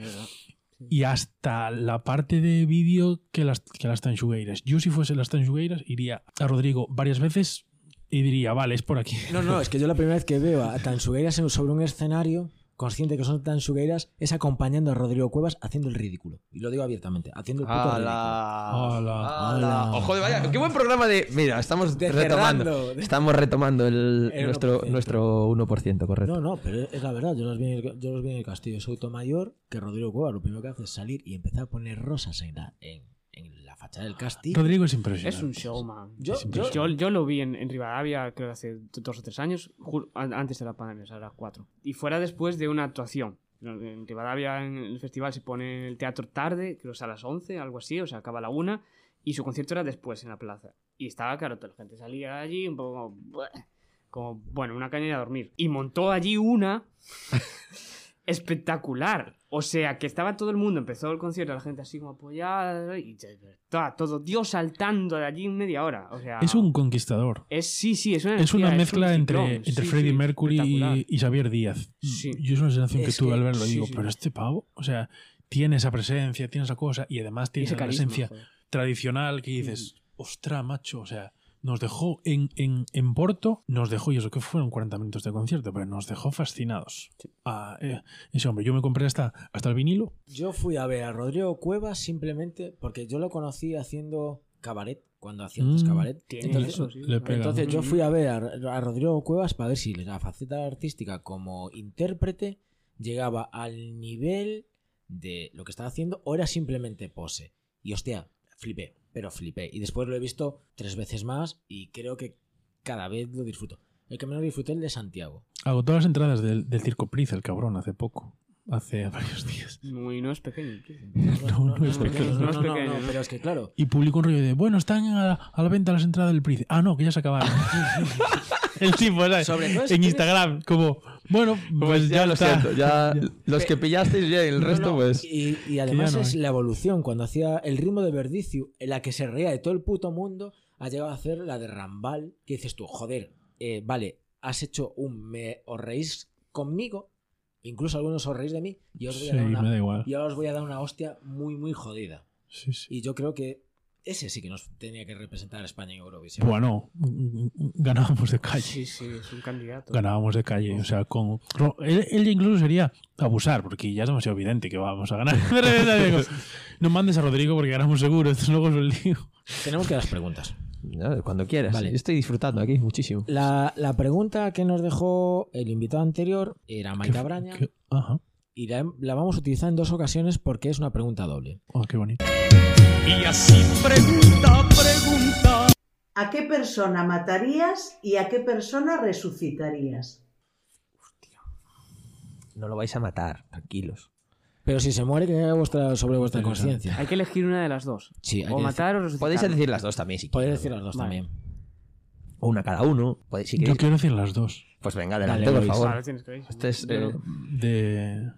y hasta la parte de vídeo que las, que las tanchugueiras. Yo si fuese las tanchugueiras iría a Rodrigo varias veces y diría, vale, es por aquí. No, no, es que yo la primera vez que veo a Tansugueiras en- sobre un escenario, consciente que son Tansugueiras, es acompañando a Rodrigo Cuevas haciendo el ridículo. Y lo digo abiertamente, haciendo el puto ¡Hala! Hola. ¡Hala! Oh, joder, vaya, qué buen programa de. Mira, estamos retomando. Cerrando. Estamos retomando el, El nuestro, 1%. nuestro 1%, correcto. ridículo. No, no, pero es la verdad, yo los vi en el, yo los vi en el castillo de Sotomayor, que Rodrigo Cuevas lo primero que hace es salir y empezar a poner rosas en la, en, en la fachada del castillo. Rodrigo es impresionante. Es un showman. Yo- Es impresionante. yo, yo lo vi en, en Rivadavia, creo que hace dos o tres años, ju- an- antes de la pandemia, o sea, era cuatro. Y fuera después de una actuación. En Rivadavia, en el festival, se pone el teatro tarde, creo que es a las 11, algo así, o sea, acaba a la una. Y su concierto era después en la plaza. Y estaba claro, toda la gente salía allí un poco como, "Bueh", como, bueno, una caña y a dormir. Y montó allí una (laughs) espectacular. O sea, que estaba todo el mundo, empezó el concierto, la gente así como apoyada y ya está todo Dios saltando de allí en media hora. O sea, Es un conquistador. es- sí, sí, Ah, es una, Es una energía, mezcla un entre, ciclón. entre Sí, Freddie sí, Mercury espectacular. y, y Xavier Díaz. Sí. Yo es una sensación que Es tuve al que- verlo. sí, digo, sí. pero este pavo, o sea, tiene esa presencia, tiene esa cosa y además Y tiene ese la carisma, esencia joder. Mm. tradicional que dices, ostra, macho, o sea, nos dejó en, en, en Porto, nos dejó, y eso que fueron 40 minutos de concierto, pero nos dejó fascinados. a, eh, ese hombre, yo me compré hasta, hasta el vinilo. Yo fui a ver a Rodrigo Cuevas simplemente porque yo lo conocí haciendo cabaret, cuando hacía antes Mm. cabaret. Tiene Mm. Entonces, eso, sí. le pega. Entonces yo Ujú. fui a ver a, a Rodrigo Cuevas para ver si la faceta artística como intérprete llegaba al nivel de lo que estaba haciendo o era simplemente pose. Y hostia, flipé, pero flipé. Y después lo he visto tres veces más y creo que cada vez lo disfruto. El que menos disfruté es el de Santiago. Agotó las entradas del, del Circo Priz, el cabrón, hace poco, hace (laughs) varios días. No, y no es pequeño. (laughs) No, no es pequeño. no, no, No es no, pequeño, ¿no? pero es (laughs) que claro, Y publicó un rollo de, bueno, están a la, a la venta las entradas del príncipe. Ah, no, que ya se acabaron. (laughs) el tipo, ¿sabes? Sobre ¿eh? todo es en que- Instagram, como, bueno, Pues pues, ya, ya, lo está. siento, ya los que pillasteis bien, el No, resto no, pues... Y, y además no es hay. la evolución. Cuando hacía el ritmo de Verdiciu, en la que se reía de todo el puto mundo, ha llegado a hacer la de Rambal, que dices tú, joder, eh, vale, has hecho un me os reís conmigo, incluso algunos os reís de mí, y os voy Sí, a dar me una, da igual. y ahora os voy a dar una hostia muy, muy jodida. Sí, sí. Y yo creo que ese sí que nos tenía que representar a España en Eurovisión. Bueno, mm, mm, ganábamos de calle. Sí, sí, es un candidato. Ganábamos de calle, o sea, con. Ro- Él, él incluso sería abusar, porque ya es demasiado evidente que vamos a ganar. De repente digo, no mandes a Rodrigo porque ganamos seguro, esto luego es un lío. Tenemos que las preguntas. Ya, Cuando quieras, Vale. yo estoy disfrutando aquí muchísimo. La, la pregunta que nos dejó el invitado anterior era Maita Braña. Que- Ajá, Y la, la vamos a utilizar en dos ocasiones porque es una pregunta doble. Oh, qué bonito. ¿A qué persona matarías y a qué persona resucitarías? No lo vais a matar, tranquilos. Pero si se muere, que caiga vuestra, sobre vuestra Interesante. conciencia. Hay que elegir una de las dos. Sí, hay O que matar o resucitar. Podéis decir las dos también, si decir- podéis queréis. decir las dos Vale. también. O una cada uno. Podéis, si Yo queréis. quiero decir las dos. Pues venga, adelante, Dale, por Luis. favor. Ahora tienes que elegir. Este es, Yo no- eh, de.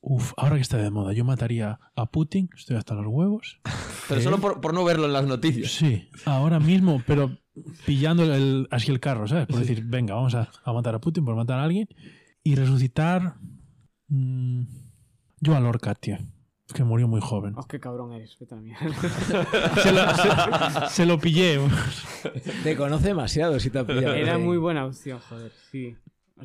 Uf, ahora que está de moda, yo mataría a Putin, estoy hasta los huevos. Pero solo por, por no verlo en las noticias. Sí, ahora mismo, pero pillando el, así el carro, ¿sabes? Por decir, venga, vamos a, a matar a Putin por matar a alguien y resucitar. mm, yo a Lorca, tío, que murió muy (laughs) eh, joven. Oh, qué cabrón eres, vete a (laughs) la mierda. Se lo, se- se lo pillé. Te conoce demasiado si te ha pillado. ¿eh? Era muy buena opción, joder, sí.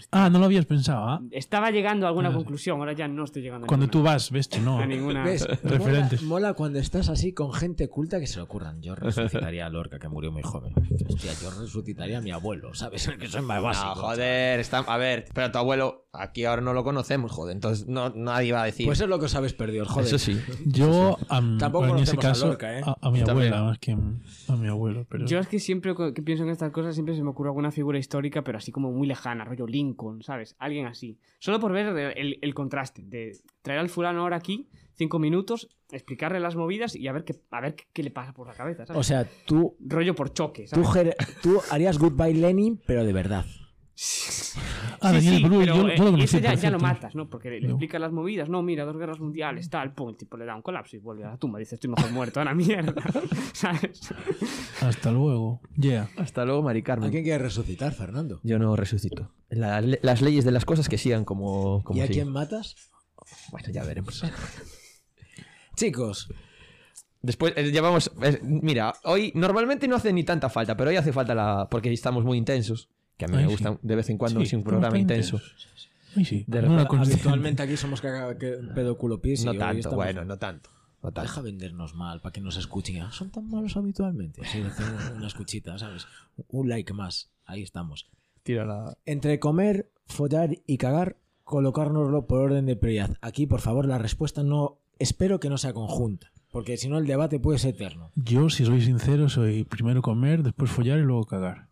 Ah, no lo habías pensado, ¿ah? Estaba llegando a alguna Claro. conclusión, ahora ya no estoy llegando a Cuando tú ninguna. vas, ves que no. A ninguna. ¿Ves? Referentes. Mola, mola cuando estás así con gente culta que se lo ocurran. Yo resucitaría a Lorca, que murió muy joven. (laughs) Ah, Hostia, yo resucitaría a mi abuelo, ¿sabes? Que soy más básico. joder, está- a ver, pero tu abuelo Aquí ahora no lo conocemos, joder. Entonces no, nadie va a decir. Pues eso es lo que os habéis perdido, joder. Eso sí. Yo, am- Tampoco en ese conocemos a caso, Lorca, ¿eh? a, a mi También. abuela, más que a mi abuelo. Pero... Yo es que siempre cu- que pienso en estas cosas, siempre se me ocurre alguna figura histórica, pero así como muy lejana, rollo Lincoln, ¿sabes? Alguien así. Solo por ver el, el- el contraste, de traer al fulano ahora aquí, cinco minutos, explicarle las movidas y a ver qué, a ver qué, qué le pasa por la cabeza, ¿sabes? O sea, tú, rollo por choque, tú, ¿sabes? ger- tú harías Goodbye Lenin, pero de verdad. Ah, sí, Daniel sí, Brühl, pero yo- eh, yo lo y conocí, eso ya, por ya cierto. lo matas, ¿no? Porque le, le No. explica las movidas. No, mira, dos guerras mundiales, tal, pum, tipo, le da un colapso y vuelve a la tumba. Dice, estoy mejor muerto, a la (laughs) mierda, ¿sabes? Hasta luego. Yeah. Hasta luego, Mari ¿A Carmen. quién quieres resucitar, Fernando? Yo no resucito. La- las leyes de las cosas que sigan como. como ¿Y a siguen. quién matas? Bueno, ya veremos. Chicos, Después, eh, ya vamos. eh, mira, hoy normalmente no hace ni tanta falta, pero hoy hace falta la. Porque estamos muy intensos. Que a mí Ay, me sí. gusta de vez en cuando Sí, es un estamos programa tan intenso. intensos. Ay, sí. De no era repente- consciente. habitualmente aquí somos caga, que, pedo culo pis y no hoy tanto, estamos- bueno, no tanto. No tanto. Deja vendernos mal para que nos escuchen. Ah, Son tan malos habitualmente. Así, hacer una escuchita, ¿sabes? Un like más. Ahí estamos. Tira la- Entre comer, follar y cagar, colocárnoslo por orden de prioridad. Aquí, por favor, la respuesta no. Espero que no sea conjunta. Porque si no, el debate puede ser eterno. (laughs) Yo, si soy sincero, soy primero comer, después follar y luego cagar.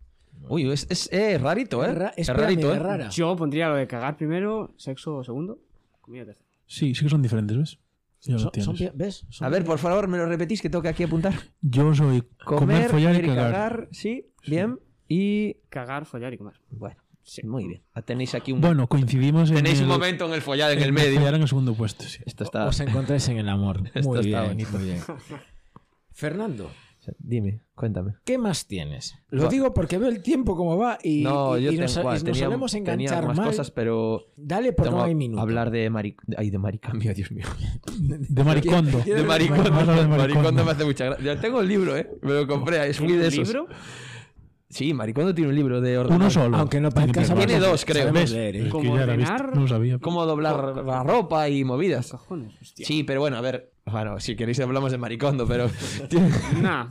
Uy, es, es, eh, rarito, ¿eh? Es ra- es rarito, pirámide ¿eh? rara. Yo pondría lo de cagar primero, sexo segundo, comida tercero. Sí, sí que son diferentes, ¿ves? Ya lo Son- son tienes. pi- ¿Ves? Son A ver, por favor, me lo repetís que tengo que aquí apuntar. Yo soy (laughs) comer, follar y ir cagar. sí, bien. Y Cagar, follar y comer. bueno, Sí. muy bien. Ah, Tenéis aquí un Bueno, coincidimos en tenéis un el- momento en el follar en, el follar medio. (laughs) en el segundo puesto, (laughs) sí. Esto está Os encontráis en el amor. (laughs) Esto Muy está bien, bonito. muy bien. (laughs) Fernando, Dime, cuéntame. ¿qué más tienes? Lo Bueno. digo porque veo el tiempo como va y, no, y- yo y nos, tengo- y nos tenía- solemos tenía enganchar más mal. cosas, pero Dale porque tengo no hay que minuto. hablar de mari... ay, de maricondo, Dios mío. De maricondo. De Vamos a maricondo. hablar de maricondo me hace mucha gracia. Yo tengo el libro, eh. Me lo compré, es muy de ¿Un esos. libro? Sí, maricondo tiene un libro de Uno ordenar solo. Aunque no Tiene parezca, que sabemos- ser Tiene dos, creo. sabemos ¿Ves? leer, ¿eh? Es que Como ya la viste, ordenar- No lo sabía. cómo doblar la ropa y movidas. Cajones, hostia. Sí, pero bueno, a ver, bueno, si queréis hablamos de maricondo, pero tiene, (laughs) Nah.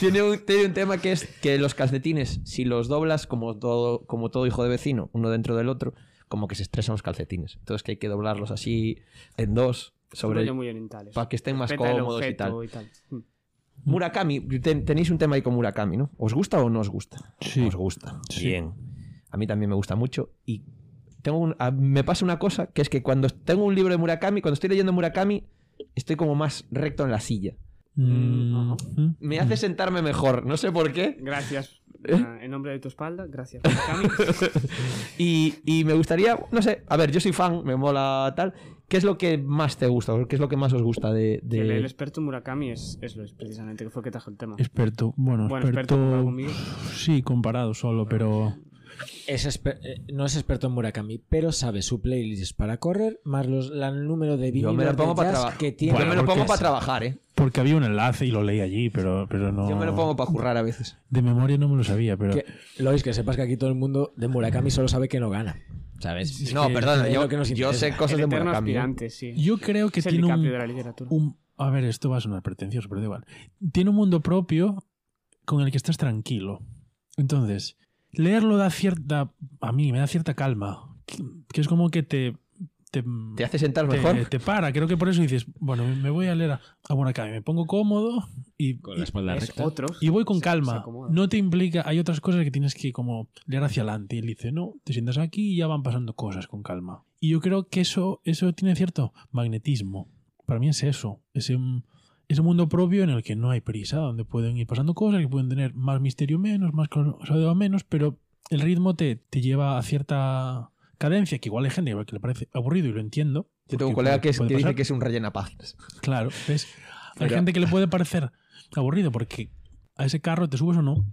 tiene un, tiene un tema que es que los calcetines, si los doblas como todo, como todo hijo de vecino, uno dentro del otro, como que se estresan los calcetines. Entonces que hay que doblarlos así en dos sobre Rollo muy orientales. para que estén más Respeta el cómodos y objeto tal. Mm. Murakami, ten- tenéis un tema ahí con Murakami, ¿no? ¿Os gusta o no os gusta? Sí. Os gusta. Sí. Bien. A mí también me gusta mucho y tengo un- a- me pasa una cosa que es que cuando tengo un libro de Murakami, cuando estoy leyendo Murakami, estoy como más recto en la silla. Mm, Ajá. mm. Me hace sentarme mejor, no sé por qué. Gracias. ¿Eh? ah, En nombre de tu espalda, gracias. (laughs) Murakami. Y, y me gustaría, no sé, a ver, yo soy fan, me mola tal. ¿Qué es lo que más te gusta? o ¿Qué es lo que más os gusta de...? de- Que El, el experto Murakami es, es lo es precisamente que fue el que trajo el tema. Experto. Bueno, Bueno, experto. experto comparado conmigo. sí, comparado solo, pero. Es exper- eh, no es experto en Murakami, pero sabe su playlist para correr, más los, la- el número de Yo vinilos me lo pongo de para jazz trabajar. que tiene. yo me Bueno, lo porque pongo para es- trabajar, ¿eh? Porque había un enlace y lo leí allí, pero, pero no. Yo me lo pongo para currar a veces. De memoria no me lo sabía, pero. Que, Lois, que sepas que aquí todo el mundo de Murakami solo sabe que no gana. ¿Sabes? Es No, que perdona, es yo, lo que nos yo interesa. sé cosas el de eterno Murakami. ¿eh? aspirante, sí. Yo creo que es el tiene DiCaprio un, de la literatura. un- A ver, esto va a sonar pretencioso, pero da igual. Tiene un mundo propio con el que estás tranquilo. Entonces, leerlo da cierta. A mí me da cierta calma. Que, que es como que te. Te, ¿Te hace sentar te- mejor? te para. Creo que por eso dices, bueno, me voy a leer a, a Murakami. Me pongo cómodo y. Con la y- espalda es recta. otro. y voy con Se- se calma. acomoda. No te implica. Hay otras cosas que tienes que como leer hacia adelante. Y él dice, no, te sientas aquí y ya van pasando cosas con calma. Y yo creo que eso, eso tiene cierto magnetismo. Para mí es eso. Es un, es un mundo propio en el que no hay prisa, donde pueden ir pasando cosas, que pueden tener más misterio menos, más cosas menos, pero el ritmo te, te lleva a cierta cadencia, que igual hay gente que le parece aburrido y lo entiendo. Yo tengo un porque colega que, es- puede que dice pasar. que es un rellena páginas. Claro, ¿ves? Hay Pero- gente que le puede parecer aburrido porque a ese carro te subes o no.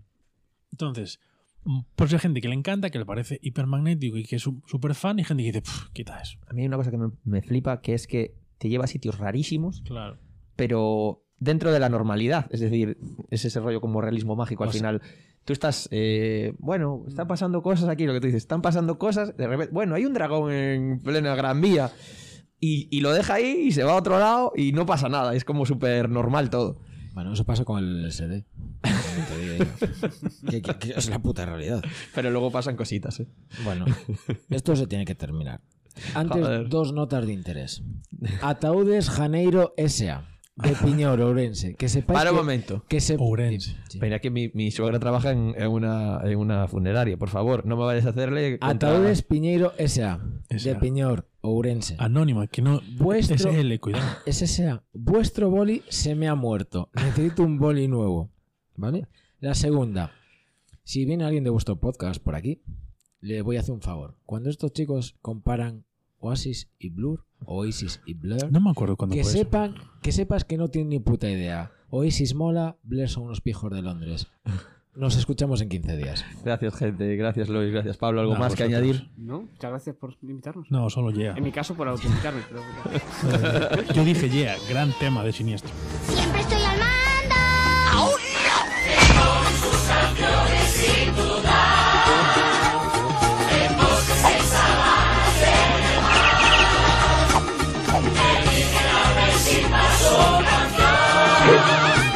Entonces, mm, pues hay gente que le encanta, que le parece hipermagnético y que es súper fan, y gente que dice, "Pf, quita eso. A mí hay una cosa que me, me flipa, que es que te lleva a sitios rarísimos, Claro. pero dentro de la normalidad. Es decir, es ese rollo como realismo mágico al O sea- final. Tú estás, eh, bueno, están pasando cosas aquí, lo que tú dices, están pasando cosas, de repente, bueno, hay un dragón en plena Gran Vía y, y lo deja ahí y se va a otro lado y no pasa nada, es como súper normal todo. (laughs) Bueno, eso pasa con el SD. también te digo yo. Que- que- que es la puta realidad. Pero luego pasan cositas, ¿eh? (laughs) Bueno, esto se tiene que terminar. Antes, Joder. dos notas de interés. Ataúdes Janeiro S.A. (laughs) de Piñor, Ourense. Que Pues sepáis Para que, un momento. que se... Ourense. Sí. Mira que mi, mi suegra trabaja en, en una, en una funeraria, por favor, no me vayas a hacerle... contra- Ataúdes Piñeiro S.A. de S.A.. Piñor, Ourense. Anónima, que no. Vuestro- Es L, cuidado. SSA, vuestro boli se me ha muerto. Necesito un boli nuevo. ¿Vale? La segunda. Si viene alguien de vuestro podcast por aquí, le voy a hacer un favor. Cuando estos chicos comparan Oasis y Blur, Oasis y Blur, No me acuerdo cuándo que fue eso. sepan, que sepas que no tienen ni puta idea. Oasis mola, Blur son unos pijos de Londres. Nos escuchamos en 15 días. Gracias, gente. Gracias, Luis. Gracias, Pablo. ¿Algo Nah, más que vosotros. añadir? ¿No? Muchas gracias por invitarnos. No, solo (laughs) Yeah. En mi caso, por autoinvitarme. Pero... Yo dije Yeah, gran tema de siniestro. Siempre estoy al mando. ¡Aún no!